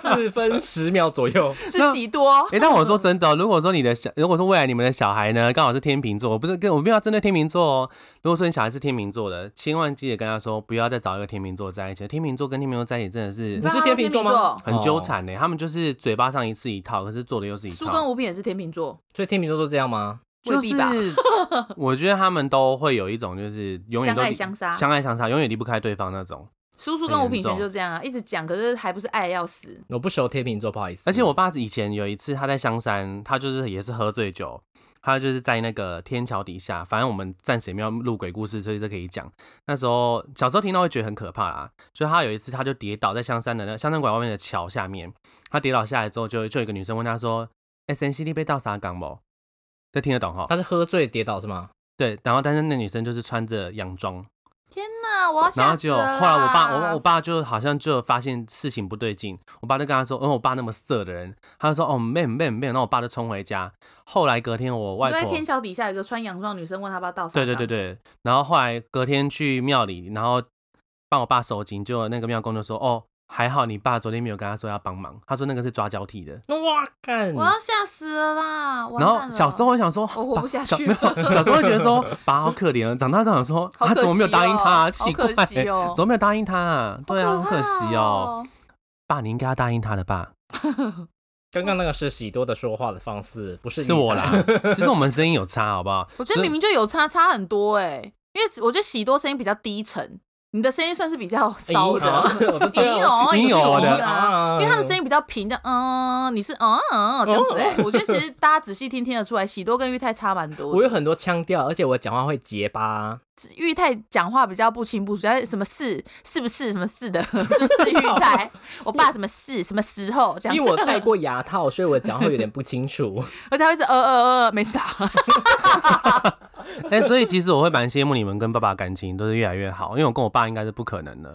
Speaker 1: 四分十秒左右。
Speaker 2: 是喜多
Speaker 3: 哎、。但我说真的哦、如果说你的小，如果说未来你们的小孩呢，刚好是天秤座，我不是跟我没有要针对天秤座哦。如果说你小孩是天秤座的，千万记得跟他说，不要再找一个天秤座在一起了。天秤座跟天秤座在一起真的是
Speaker 1: 你是天秤座吗？
Speaker 2: 嗯
Speaker 3: 很纠缠欸呢，他们就是嘴巴上一次一套，可是做的又是一
Speaker 2: 苏跟
Speaker 3: 套。
Speaker 2: 吴品也是天秤座，
Speaker 1: 所以天秤座都这样吗？
Speaker 2: 未
Speaker 3: 就
Speaker 2: 必
Speaker 3: 是
Speaker 2: 吧？
Speaker 3: 我觉得他们都会有一种就是永远都
Speaker 2: 相爱
Speaker 3: 离
Speaker 2: 相杀
Speaker 3: 相爱相杀，永远离不开对方那种。
Speaker 2: 苏苏跟吴品璇就这样啊，一直讲，可是还不是爱得要死。
Speaker 1: 我不熟天秤座，不好意思。
Speaker 3: 而且我爸以前有一次他在香山，他就是也是喝醉酒，他就是在那个天桥底下，反正我们暂时也没有录鬼故事，所以这可以讲。那时候小时候听到会觉得很可怕啦，所以他有一次他就跌倒在香山的那香山拐外面的桥下面，他跌倒下来之后就，就有一个女生问他说：“S 哎 N C D 被盗啥港不？”这听得懂哈？
Speaker 1: 他是喝醉跌倒是吗？
Speaker 3: 对，然后但是那女生就是穿着洋装，
Speaker 2: 天哪，我要
Speaker 3: 然
Speaker 2: 吓
Speaker 3: 后
Speaker 2: 死
Speaker 3: 就
Speaker 2: 了
Speaker 3: 后
Speaker 2: 啦！
Speaker 3: 来我爸我我爸就好像就发现事情不对劲，我爸就跟他说，因嗯为我爸那么色的人，他就说哦没有没有没有，然后我爸就冲回家。后来隔天我外
Speaker 2: 你说在
Speaker 3: 婆
Speaker 2: 天桥底下有一个穿洋装的女生问他爸到
Speaker 3: 对对对对，然后后来隔天去庙里，然后帮我爸收金，就那个庙公就说哦还好你爸昨天没有跟他说要帮忙，他说那个是抓交替的。
Speaker 1: 哇干！
Speaker 2: 我要吓死了啦！完
Speaker 3: 然后
Speaker 2: 蛋了
Speaker 3: 小时候我想说，
Speaker 2: 我活
Speaker 3: 爸
Speaker 2: 不下
Speaker 3: 小
Speaker 2: 去
Speaker 3: 没
Speaker 2: 了
Speaker 3: 有，小时候会觉得 说爸好可怜哦，长大之后想说
Speaker 2: 好
Speaker 3: 他
Speaker 2: 可
Speaker 3: 怎么没有
Speaker 2: 惜
Speaker 3: 答应
Speaker 2: 哦
Speaker 3: 他啊，
Speaker 2: 好
Speaker 3: 奇
Speaker 2: 可
Speaker 3: 怪，
Speaker 2: 惜哦
Speaker 3: 怎么没有答应他啊？对啊，
Speaker 2: 好
Speaker 3: 好
Speaker 2: 可
Speaker 3: 可
Speaker 2: 怕
Speaker 3: 惜哦。。爸，你应该要答应他的吧？
Speaker 1: 刚刚那个是喜多的说话的方式，不是啊
Speaker 3: 是我
Speaker 1: 啦。
Speaker 3: 啦。 其实我们声音有差，好不好？
Speaker 2: 我觉得
Speaker 3: 所以
Speaker 2: 明明就有差差很多哎、因为我觉得喜多声音比较低沉，你的声音算是比较 骚
Speaker 1: 咦 啊
Speaker 2: 的，
Speaker 1: 我
Speaker 3: 哎哦
Speaker 1: 的
Speaker 2: 你
Speaker 1: 对
Speaker 2: 有
Speaker 1: 啊
Speaker 3: 你
Speaker 2: 有
Speaker 3: 有的
Speaker 2: 啊，因为他的声音比较平的，嗯，你是嗯嗯这样子
Speaker 3: 哦
Speaker 2: 哎、我觉得其实大家仔细听听得出来，喜多跟玉泰差蛮多的。
Speaker 1: 我有很多腔调，而且我讲话会结巴。
Speaker 2: 玉泰讲话比较不清不楚，他什么是是不是什么是 的，就是玉泰。我爸什么是什么时候这样，
Speaker 1: 因为我戴过牙套，所以我讲话有点不清 楚。
Speaker 2: 而且他会一直呃呃呃没啥。
Speaker 3: 哎、所以其实我会蛮羡慕你们跟爸爸感情都是越来越好，因为我跟我爸应该是不可能的。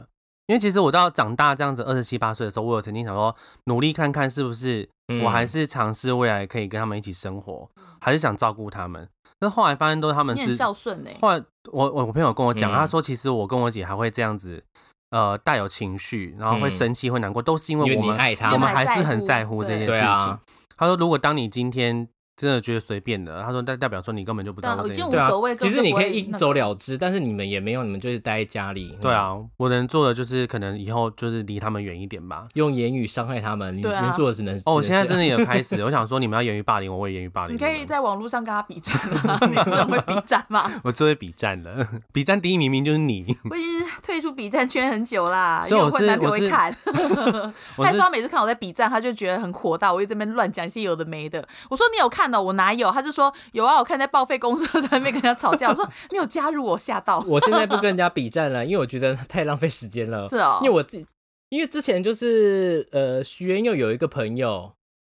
Speaker 3: 因为其实我到长大这样子二十七八岁的时候，我有曾经想说，努力看看是不是
Speaker 1: 嗯
Speaker 3: 我还是尝试未来可以跟他们一起生活，还是想照顾他们。但是后来发现都是他们
Speaker 2: 你
Speaker 3: 自
Speaker 2: 很孝顺哎、
Speaker 3: 后来我我我朋友跟我讲，
Speaker 1: 嗯
Speaker 3: 他说其实我跟我姐还会这样子，呃，带有情绪，然后会
Speaker 1: 嗯
Speaker 3: 生气、会难过，都是因
Speaker 1: 因
Speaker 3: 为
Speaker 1: 为
Speaker 3: 我
Speaker 1: 你
Speaker 3: 们
Speaker 1: 爱他
Speaker 3: 我们
Speaker 2: 因为还
Speaker 3: 还是
Speaker 2: 在
Speaker 3: 很
Speaker 2: 乎
Speaker 3: 在乎这
Speaker 2: 对
Speaker 3: 件事
Speaker 1: 对
Speaker 3: 情
Speaker 1: 啊。
Speaker 3: 他说，如果当你今天真的觉得随便的，他说代代表说你根本就不知道
Speaker 2: 对啊
Speaker 3: 这件
Speaker 2: 已经 无
Speaker 3: 事
Speaker 1: 对啊
Speaker 2: 所谓，
Speaker 1: 其
Speaker 2: 根
Speaker 1: 实
Speaker 2: 本
Speaker 1: 你
Speaker 2: 不
Speaker 1: 可
Speaker 2: 会
Speaker 1: 以一
Speaker 2: 那个
Speaker 1: 走了之，但是你们也没有，你们就是待在家里。
Speaker 3: 对，啊，我能做的就是可能以后就是离他们远一点吧。
Speaker 1: 用言语伤害他们，你
Speaker 2: 对啊
Speaker 1: 能做的只能
Speaker 3: 哦，我现在
Speaker 1: 只
Speaker 3: 真
Speaker 1: 能
Speaker 3: 的也开始，我想说你们要言语霸凌我，我也言语霸凌
Speaker 2: 你
Speaker 3: 们。
Speaker 2: 可以在网络上跟他比战啊， 你不是很会比战 吗？
Speaker 3: 我最会比战了， 比战第一名明明就 是你。
Speaker 2: 我已经退出比战圈很久啦，因
Speaker 3: 所以
Speaker 2: 为
Speaker 3: 我
Speaker 2: 我男
Speaker 3: 是
Speaker 2: 朋友
Speaker 3: 我
Speaker 2: 会
Speaker 3: 是
Speaker 2: 看。
Speaker 3: 我
Speaker 2: 他
Speaker 3: 是
Speaker 2: 说他每次看我在比战，他就觉得很火大，我一直在那边乱讲一些有的没的。我说你有看到、我哪有？他就说有啊，我看在报废公社在那边跟他吵架。我说你有加入我，吓 到。
Speaker 1: 我现在不跟人家比战了，因为我觉得太浪费时间了。
Speaker 2: 是哦
Speaker 1: 因为我自己，因为之前就是呃，许渊佑有一个朋友，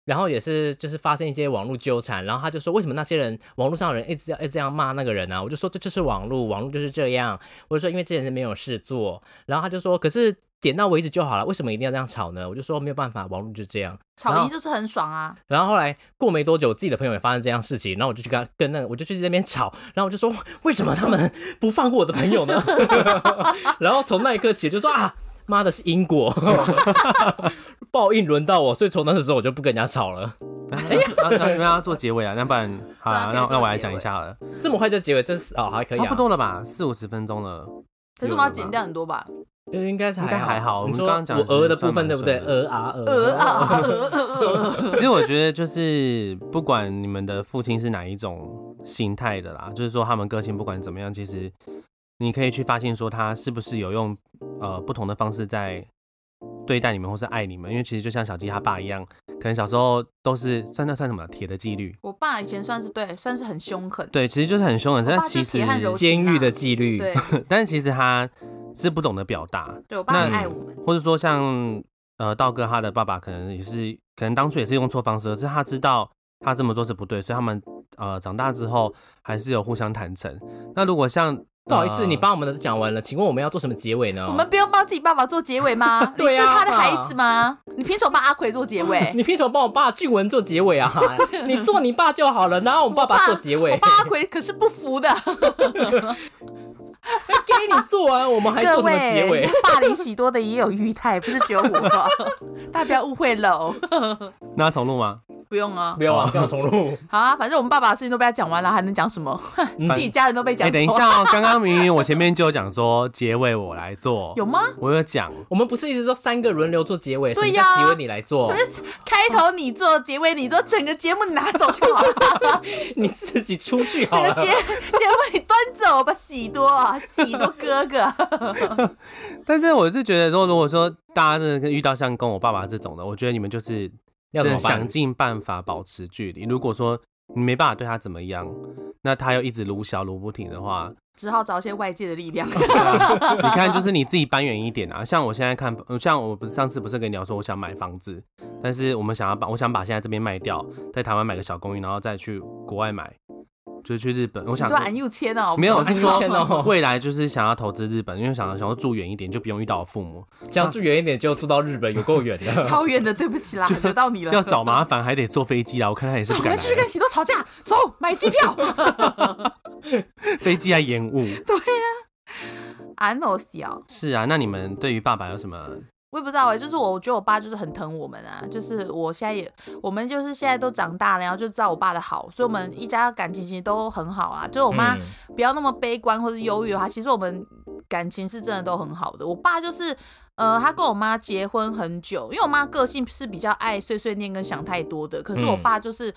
Speaker 1: 然后也是就是发生一些网络纠缠，然后他就说为什么那些人网络上的人一直要一直这样骂那个人啊？我就说这就是网络，网络就是这样。我就说因为这些人没有事做，然后他就说可是点到为止就好了，为什么一定要这样吵呢？我就说没有办法，网络就这样。
Speaker 2: 吵赢就是很爽啊！
Speaker 1: 然后后来过没多久，自己的朋友也发生这样事情，然后我就去跟他跟那个，我就去那边吵，然后我就说为什么他们不放过我的朋友呢？ 然后从那一刻起就说啊，妈的是因果， 报应轮到我，所以从那时候我就不跟人家吵了。
Speaker 3: 哎那那你们要做结尾啊？那不然好啦，
Speaker 2: 对啊可以
Speaker 3: 那
Speaker 2: 做
Speaker 3: 那我来
Speaker 2: 结尾
Speaker 3: 讲一下好了，
Speaker 1: 这么快就结尾，真是哦还可以、啊，
Speaker 3: 差不多了吧，四五十分钟了。
Speaker 2: 可是我们要剪掉很多吧？
Speaker 1: 呃应该是
Speaker 3: 应该还好我
Speaker 1: 你
Speaker 3: 们
Speaker 1: 说
Speaker 3: 刚刚讲的
Speaker 1: 我鹅的
Speaker 3: 是算
Speaker 1: 部分
Speaker 3: 蛮
Speaker 1: 对不对？
Speaker 3: 顺
Speaker 1: 鹅啊鹅，
Speaker 2: 呃啊呃呃 呃，
Speaker 3: 其实我觉得就是不管你们的父亲是哪一种形态的啦，就是说他们个性不管怎么样，其实你可以去发现说他是不是有用呃不同的方式在对待你们或是爱你们，因为其实就像小鸡他爸一样，可能小时候都是算那算什么铁的纪律，
Speaker 2: 我爸以前算是对，算是很凶狠，
Speaker 3: 对，其实就是很凶狠，但
Speaker 2: 爸就
Speaker 3: 其
Speaker 2: 是
Speaker 3: 实
Speaker 2: 铁汉柔情
Speaker 1: 监狱的纪律，
Speaker 2: 对
Speaker 3: 但其实他是不懂得表达，
Speaker 2: 对，我爸很
Speaker 3: 那
Speaker 2: 爱我们，
Speaker 3: 或者说像呃道哥他的爸爸可能也是，可能当初也是用错方式，可是他知道他这么做是不对，所以他们呃长大之后还是有互相坦诚。那如果像
Speaker 1: 不好意思，
Speaker 3: 呃
Speaker 1: 你把我们的都讲完了，请问我们要做什么结尾呢？
Speaker 2: 我们不用帮自己爸爸做结尾吗？你
Speaker 1: 哦对
Speaker 2: 是
Speaker 1: 啊
Speaker 2: 他的孩子吗？你凭什么帮阿奎做结尾？
Speaker 1: 你凭什么帮我爸俊文做结 尾啊？你做你爸就好了，然后我爸爸做结尾，
Speaker 2: 我爸阿奎可是不服的，
Speaker 1: 给你做完，我们还
Speaker 2: 各
Speaker 1: 做什么结
Speaker 2: 位
Speaker 1: 尾？，
Speaker 2: 霸凌喜多的也有裕泰，不是只有我，大家不要误会喽。
Speaker 3: 那要重录吗？
Speaker 2: 不用啊
Speaker 1: 不，要啊，不要重录。
Speaker 2: 好啊，反正我们爸爸的事情都被他讲完了，还能讲什么？
Speaker 1: 嗯
Speaker 2: 自己家人都被
Speaker 3: 哎、
Speaker 2: 讲。
Speaker 3: 等一，下哦，刚刚明明我前面就有讲说结尾我来做，
Speaker 2: 有吗？
Speaker 3: 我有讲，
Speaker 1: 我们不是一直都三个轮流做结尾，
Speaker 2: 对
Speaker 1: 什么
Speaker 2: 呀
Speaker 1: 叫结尾你来做啊
Speaker 2: 什，么开头你做，结尾你做，整个节目你拿走就好了，
Speaker 1: 你自己出去
Speaker 2: 整
Speaker 1: 好
Speaker 2: 个
Speaker 1: 了。
Speaker 2: 节结尾你端走吧，喜多啊，喜多哥哥。
Speaker 3: 但是我是觉得说，如果说大家真的遇到像跟我爸爸这种的，我觉得你们就是
Speaker 1: 要怎么
Speaker 3: 真的想
Speaker 1: 办？
Speaker 3: 尽办法保持距离。如果说你没办法对他怎么样，那他又一直撸小撸不停的话，
Speaker 2: 只好找一些外界的力量。
Speaker 3: 你看就是你自己搬远一点啊。像我现在看，呃像我不是上次不是跟你聊说我想买房子，但是我们想要把我想把现在这边卖掉，在台湾买个小公寓，然后再去国外买，就是去日本。我想
Speaker 2: 喜多俺又签哦，
Speaker 3: 没有
Speaker 2: 我不
Speaker 3: 是
Speaker 2: 知道
Speaker 1: 安全哦
Speaker 3: 说未来就是想要投资日本，因为想要想要住远一点，就不用遇到我父母，
Speaker 1: 讲住远一点就住到日本，有够远 的。
Speaker 2: 超远的，对不起啦，惹到你了。
Speaker 3: 要找麻烦还得坐飞机啦。我看他也是
Speaker 2: 我
Speaker 3: 不敢
Speaker 2: 们去
Speaker 3: 来
Speaker 2: 跟喜多吵架，走，买机 票。
Speaker 3: 飞机还延 误。
Speaker 2: 俺哦小，
Speaker 3: 是啊，那你们对于爸爸有什么？
Speaker 2: 我也不知道哎、
Speaker 1: 嗯
Speaker 2: 就是我，我觉得我爸就是很疼我们啊，就是我现在也，我们就是现在都长大了，然后就知道我爸的好，所以我们一家感情其实都很好啊。就是我妈
Speaker 1: 嗯
Speaker 2: 不要那么悲观或是忧郁的话，其实我们感情是真的都很好的。我爸就是，呃，他跟我妈结婚很久，因为我妈个性是比较爱碎碎念跟想太多的。可是我
Speaker 1: 嗯
Speaker 2: 爸就是，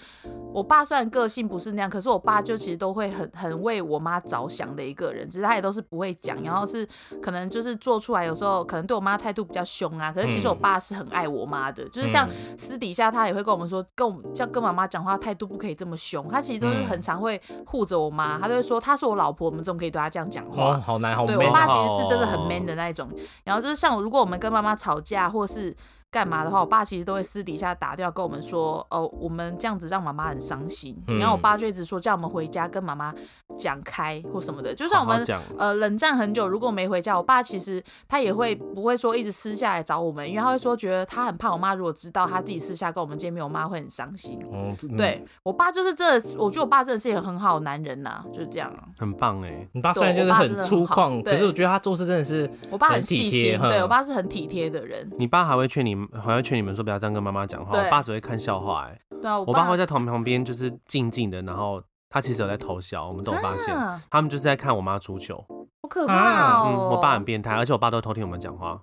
Speaker 2: 我爸虽然个性不是那样，可是我爸就其实都会很很为我妈着想的一个人，只是他也都是不会讲，然后是可能就是做出来有时候可能对我妈态度比较凶啊。可是
Speaker 1: 嗯
Speaker 2: 其实我爸是很爱我妈的，就是像私底下他也会跟我们说，跟我们叫跟妈妈讲话态度不可以这么凶。他其实都是
Speaker 1: 嗯
Speaker 2: 很常会护着我妈，他都会说她是我老婆，我们怎么可以对她这样讲
Speaker 1: 哦，
Speaker 2: 话？
Speaker 1: 好难，好
Speaker 2: 对
Speaker 1: man
Speaker 2: 我爸
Speaker 1: 哦。
Speaker 2: 其实是真的很
Speaker 3: 哦
Speaker 2: man 的那一种。然后就是像我如果我们跟妈妈吵架或是干嘛的话，我爸其实都会私底下打电话跟我们说，哦，我们这样子让妈妈很伤心。
Speaker 1: 嗯
Speaker 2: 然后我爸就一直说叫我们回家跟妈妈讲开或什么的，就
Speaker 3: 好
Speaker 2: 像我
Speaker 3: 好
Speaker 2: 们
Speaker 3: 讲。
Speaker 2: 呃冷战很久，如果没回家，我爸其实他也会不会说一直私下来找我们，因为他会说觉得他很怕我妈如果知道他自己私下跟我们见面，我妈会很伤心。
Speaker 1: 哦，这，
Speaker 2: 对我爸就是真的，我觉得我爸真的是一个很好的男人呐、就是这样啊。
Speaker 3: 很棒哎，
Speaker 1: 你爸虽然就是很粗
Speaker 2: 对我爸真的很
Speaker 1: 犷，
Speaker 2: 好
Speaker 1: 可是我觉得他做事真的是
Speaker 2: 我爸
Speaker 1: 很
Speaker 2: 细
Speaker 1: 体
Speaker 2: 心
Speaker 1: 贴，哼
Speaker 2: 对我爸是很体贴的人。
Speaker 3: 你爸还会劝你，还会劝你们说不要这样跟妈妈讲话。
Speaker 2: 对
Speaker 3: 我爸只会看笑话哎，
Speaker 2: 对啊，我
Speaker 3: 我爸会在旁旁边就是静静的，然后他其实有在偷笑，我们都有发现。
Speaker 2: 啊
Speaker 3: 他们就是在看我妈出糗，
Speaker 2: 好可
Speaker 1: 啊
Speaker 2: 怕哦、
Speaker 3: 嗯，我爸很变态，而且我爸都会偷听我们讲话，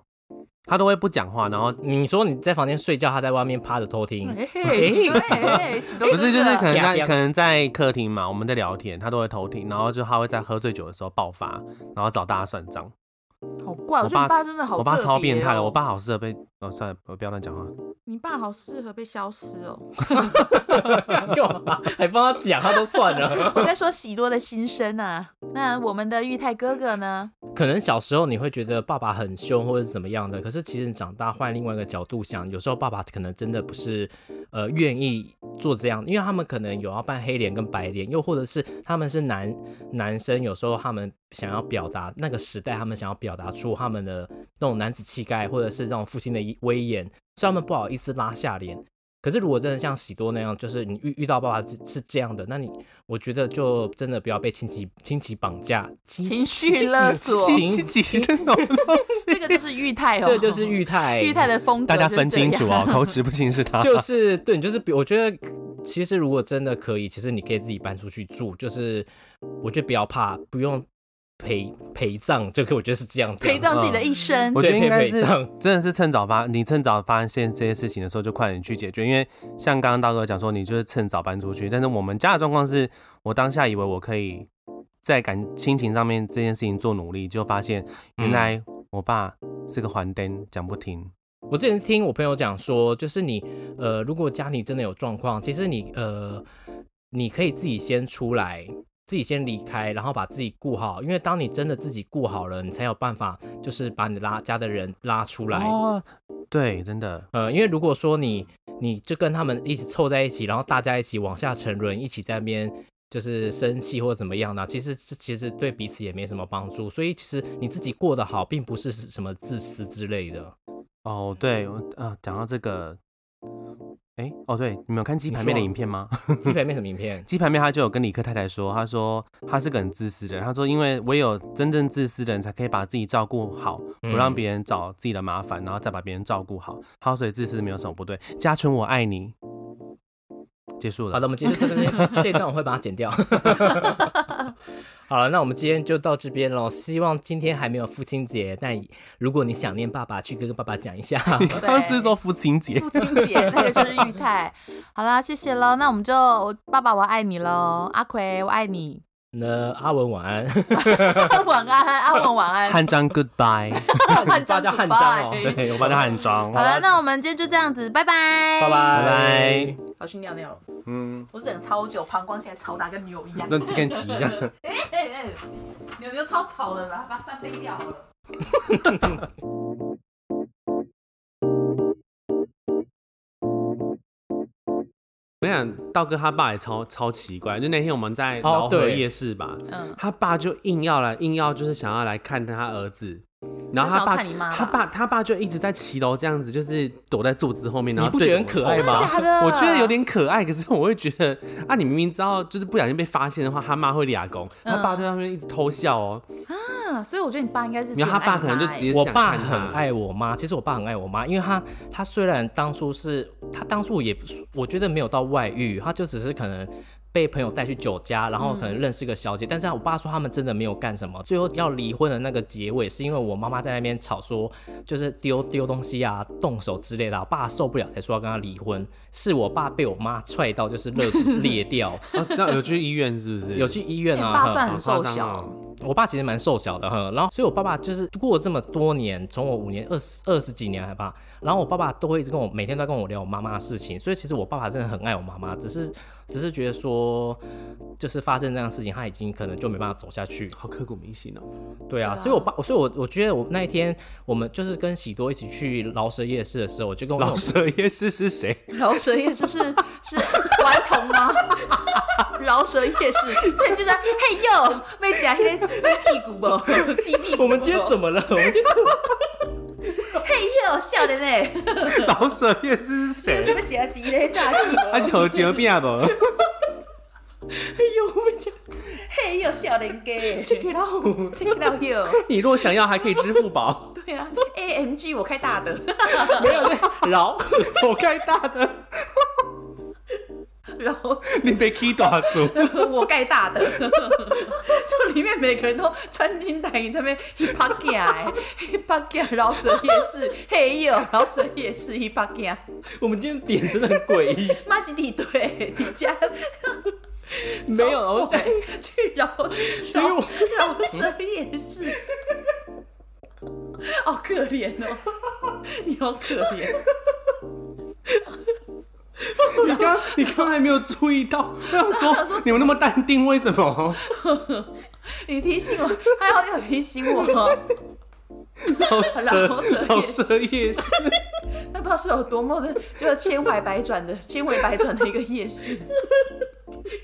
Speaker 3: 他都会不讲话，然后
Speaker 1: 你说你在房间睡觉，他在外面趴着 偷听，
Speaker 2: 嘿嘿，对，
Speaker 3: 不是就是可能
Speaker 1: 假
Speaker 3: 在
Speaker 1: 屌
Speaker 3: 可能在客厅嘛，我们在聊天，他都会偷听，然后就他会在喝醉酒的时候爆发，然后找大家算账。
Speaker 2: 好怪，我觉得
Speaker 3: 我
Speaker 2: 你
Speaker 3: 爸
Speaker 2: 爸真的好、
Speaker 3: 我爸超变态的，我，爸好适合被……哦，算了，我不要乱讲 话。
Speaker 2: 你爸好适合被消失哦。
Speaker 1: 干嘛还帮他讲，他都算了。
Speaker 2: 我在说喜多的心声啊。那我们的裕泰哥哥呢？
Speaker 1: 可能小时候你会觉得爸爸很凶或者是怎么样的，可是其实你长大换另外一个角度想，有时候爸爸可能真的不是呃愿意做这样，因为他们可能有要扮黑脸跟白脸，又或者是他们是男男生，有时候他们想要表达那个时代，他们想要表达出他们的那种男子气概，或者是那种父亲的威严。虽然他们不好意思拉下脸，可是如果真的像喜多那样，就是你遇遇到爸爸是是这样的，那你我觉得就真的不要被亲戚亲戚绑架，亲
Speaker 2: 情绪勒索，
Speaker 1: 亲
Speaker 3: 亲 戚
Speaker 1: 亲
Speaker 3: 这种东西
Speaker 2: 这个就是裕 泰哦，
Speaker 1: 这就是裕泰，
Speaker 2: 裕泰的风格，
Speaker 3: 大家分清 楚哦，。口齿不清是他。
Speaker 1: 就是对，你就是比我觉得，其实如果真的可以，其实你可以自己搬出去住，就是我觉得不要怕，不用陪陪葬，这个我觉得是这样讲
Speaker 2: 陪葬自己的一生
Speaker 3: 我，觉得
Speaker 1: 对
Speaker 3: 应该
Speaker 1: 陪
Speaker 3: 是
Speaker 1: 陪葬
Speaker 3: 真的是趁早发，你趁早发现这些事情的时候就快点去解决，因为像刚刚大哥讲说，你就是趁早搬出去。但是我们家的状况是，我当下以为我可以在感亲情上面这件事情做努力，就发现原来我爸是个还灯，讲不听。
Speaker 1: 我之前听我朋友讲说，就是你呃，如果家里真的有状况，其实你呃，你可以自己先出来，自己先离开，然后把自己顾好，因为当你真的自己顾好了，你才有办法就是把你的拉家的人拉出来。
Speaker 3: 哦，对，真的，
Speaker 1: 呃，因为如果说你你就跟他们一起凑在一起，然后大家一起往下沉沦，一起在那边就是生气或怎么样呢、其实这其实对彼此也没什么帮助。所以其实你自己过得好，并不是是什么自私之类的。
Speaker 3: 哦，对，我呃，讲到这个，哎，哦，对，你们有看鸡排妹的
Speaker 1: 你说啊
Speaker 3: 影片吗？
Speaker 1: 鸡排面什么影 片？
Speaker 3: 鸡排妹她就有跟李克太太说，她说她是个很自私的人，她说因为唯有真正自私的人才可以把自己照顾好，不让别人找自己的麻烦，然后再把别人照顾好。她说所以自私没有什么不对。家纯我爱你，结束
Speaker 1: 好
Speaker 3: 了。
Speaker 1: 的，我们今天就到这边，这一段我会把它剪掉。 好了，那我们今天就到这边喽。希望今天还没有父亲节，但如果你想念爸爸，去跟爸爸讲一下。
Speaker 3: 刚刚是说父亲节，
Speaker 2: 父亲节那个就是裕泰。好啦，谢谢喽，那我们就我爸爸我爱你喽，阿奎我爱 你，
Speaker 1: 那阿文晚安，
Speaker 2: 晚安，阿文晚安。
Speaker 3: 汉章 goodbye，
Speaker 2: 汉章
Speaker 1: 大家汉章哦，
Speaker 2: goodbye
Speaker 3: 对我帮他汉章
Speaker 2: 好，了，那我们今天就这样子，拜拜，
Speaker 1: 拜拜。
Speaker 3: 拜拜，
Speaker 2: 我去尿尿了，
Speaker 3: 嗯，
Speaker 2: 我忍超久，膀胱现在超大，跟牛一样。
Speaker 3: 那更急一下。
Speaker 2: 哎哎，牛牛超吵的啦，把它翻飞掉好了。
Speaker 3: 我跟你讲，道哥他爸也超超奇怪，就那天我们在
Speaker 1: 哦
Speaker 3: 老河
Speaker 1: 对
Speaker 3: 夜市吧，
Speaker 2: 嗯，
Speaker 3: 他爸就硬要来，硬要就是想要来看他儿子，然后
Speaker 2: 想
Speaker 3: 他
Speaker 2: 要
Speaker 3: 爸
Speaker 2: 看你妈吧
Speaker 3: 他爸他爸就一直在骑楼这样子，就是躲在柱子后面，然后
Speaker 1: 你不
Speaker 3: 对
Speaker 1: 觉
Speaker 3: 着
Speaker 1: 得很
Speaker 3: 我
Speaker 1: 可爱
Speaker 3: 头
Speaker 1: 吗
Speaker 2: 假的？
Speaker 3: 我觉得有点可爱，可是我会觉得啊，你明明知道就是不小心被发现的话，他妈会俩公，
Speaker 2: 嗯
Speaker 3: 他爸在那边一直偷笑哦，
Speaker 2: 啊，所以我觉得你爸应该是喜
Speaker 3: 然
Speaker 2: 欢
Speaker 3: 后
Speaker 2: 爱你妈欸，
Speaker 3: 他爸可能就直接
Speaker 1: 我
Speaker 3: 想
Speaker 1: 爸
Speaker 3: 看他嗯
Speaker 1: 很，爱我妈，其实我爸很爱我妈，因为他他虽然当初是他当初也不是我觉得没有到外遇，他就只是可能被朋友带去酒家，然后可
Speaker 3: 嗯
Speaker 1: 能认识个小姐，但是我爸说他们真的没有干什么。最后要离婚的那个结尾，是因为我妈妈在那边吵说，就是丢丢东西啊、动手之类的啊，我爸受不了才说要跟他离婚。是我爸被我妈踹到就是 肋骨裂掉，
Speaker 3: 哦这样有去医院是不是？
Speaker 1: 有去医院
Speaker 2: 你
Speaker 1: 啊。
Speaker 2: 爸
Speaker 1: 哼
Speaker 2: 算
Speaker 3: 好
Speaker 2: 很
Speaker 3: 夸
Speaker 2: 瘦
Speaker 3: 张
Speaker 2: 小，
Speaker 3: 哦，
Speaker 1: 我爸其实蛮瘦小的哈，然后所以我爸爸就是过了这么多年，从我五年二十二十几年还吧，然后我爸爸都会一直跟我每天都在跟我聊我妈妈的事情，所以其实我爸爸真的很爱我妈妈，只是只是觉得说就是发生这样的事情，他已经可能就没办法走下去。
Speaker 3: 好刻骨铭心哦，
Speaker 1: 对啊，
Speaker 2: 对啊
Speaker 1: 所以我爸，所以我我觉得我那一天我们就是跟喜多一起去饶舌夜市的时候，我就跟我
Speaker 3: 老舍夜市是谁？
Speaker 2: 饶舌夜市是 是顽童吗？ 饶舌夜市，所以你就在嘿哟，被夹黑鸡屁股不？鸡屁股。
Speaker 1: 我们今天怎
Speaker 2: 么
Speaker 1: 么了？我们今天怎么
Speaker 2: 嘿哟笑的嘞？
Speaker 3: 老舍夜市是
Speaker 2: 这什
Speaker 3: 谁？啊
Speaker 2: 么夹鸡嘞？炸鸡不？
Speaker 1: 啊
Speaker 3: 他求绝病不？
Speaker 1: 哎呦，我 们讲
Speaker 2: 嘿哟笑人家，
Speaker 1: 这个啦，
Speaker 2: check it out 哟。
Speaker 3: 你若想要，还可以支付宝，
Speaker 2: 对啊，AMG 我开大的，
Speaker 1: 没有饶
Speaker 3: 我开大的，
Speaker 2: 然后
Speaker 3: 你被 K 打住。
Speaker 2: 我盖大的，就里面每个人都穿军大衣，在那边 hip hop g a hip hop g a 饶舌夜市，嘿哟，饶舌夜市 hip hop g a
Speaker 1: 我们今天点真的很诡 异。
Speaker 2: 妈吉地对，你 家
Speaker 1: 没有，我想
Speaker 2: 想去饶，
Speaker 1: 所以我
Speaker 2: 饶舌夜 市，好可怜哦，你好可怜，
Speaker 3: 你刚你刚才没有注意到，我想
Speaker 2: 想说
Speaker 3: 说你们那么淡定，为什 么？
Speaker 2: 你提醒我，还好有提醒我哦，
Speaker 3: 老
Speaker 2: 老舍
Speaker 3: 舍
Speaker 2: 也
Speaker 3: 老
Speaker 2: 是
Speaker 3: 舍也是，
Speaker 2: 那不知道是有多么的，就是千回百转的， 千回百转的一个夜市。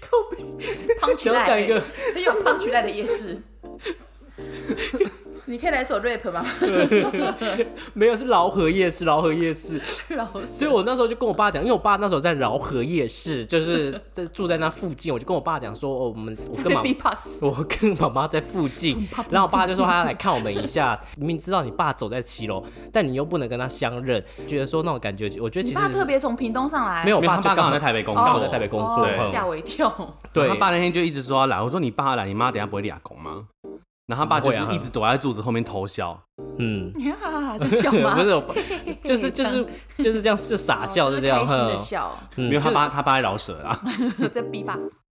Speaker 1: 靠背
Speaker 2: 胖
Speaker 1: 想要讲一个
Speaker 2: 很有胖曲带的夜市。你可以来首 rap 吗？
Speaker 1: 没有是饶河夜市，饶河夜市。
Speaker 2: 老师，
Speaker 1: 所以我那时候就跟我爸讲，因为我爸那时候在饶河夜 市，就是在住在那附近，我就跟我爸讲说，哦，我们我跟妈
Speaker 2: b p o x
Speaker 1: 我跟妈妈在附 近，然后我爸就说他要来看我们一下。明明知道你爸走在七楼，但你又不能跟他相认，觉得说那种感觉，我觉得
Speaker 2: 你
Speaker 1: 其
Speaker 2: 爸特
Speaker 1: 实
Speaker 2: 别从屏东上来，
Speaker 1: 没有，我
Speaker 3: 因为他
Speaker 1: 爸就
Speaker 3: 爸刚
Speaker 1: 刚
Speaker 3: 好
Speaker 1: 好
Speaker 3: 在台北工
Speaker 1: 刚
Speaker 3: 作，
Speaker 1: 好在台北工作
Speaker 2: 哦
Speaker 3: 对
Speaker 2: 吓我一跳。
Speaker 3: 然
Speaker 1: 对
Speaker 3: 后他爸那天就一直说要来，我说你爸要来，你妈等下不会立阿公吗？然后他爸就是
Speaker 1: 不会啊
Speaker 3: 一直躲在柱子后面偷笑，
Speaker 1: 嗯。
Speaker 2: 呀， 在 笑吗？
Speaker 1: 不是，我 就是就是就是这样，就傻
Speaker 2: 哦
Speaker 1: 笑，
Speaker 2: 就是
Speaker 1: 这样
Speaker 2: 开心
Speaker 1: 哈
Speaker 2: 的。笑，
Speaker 1: 嗯
Speaker 3: 因为他
Speaker 1: 就
Speaker 3: 爸他爸在饶舌啊，
Speaker 2: 在 b p o x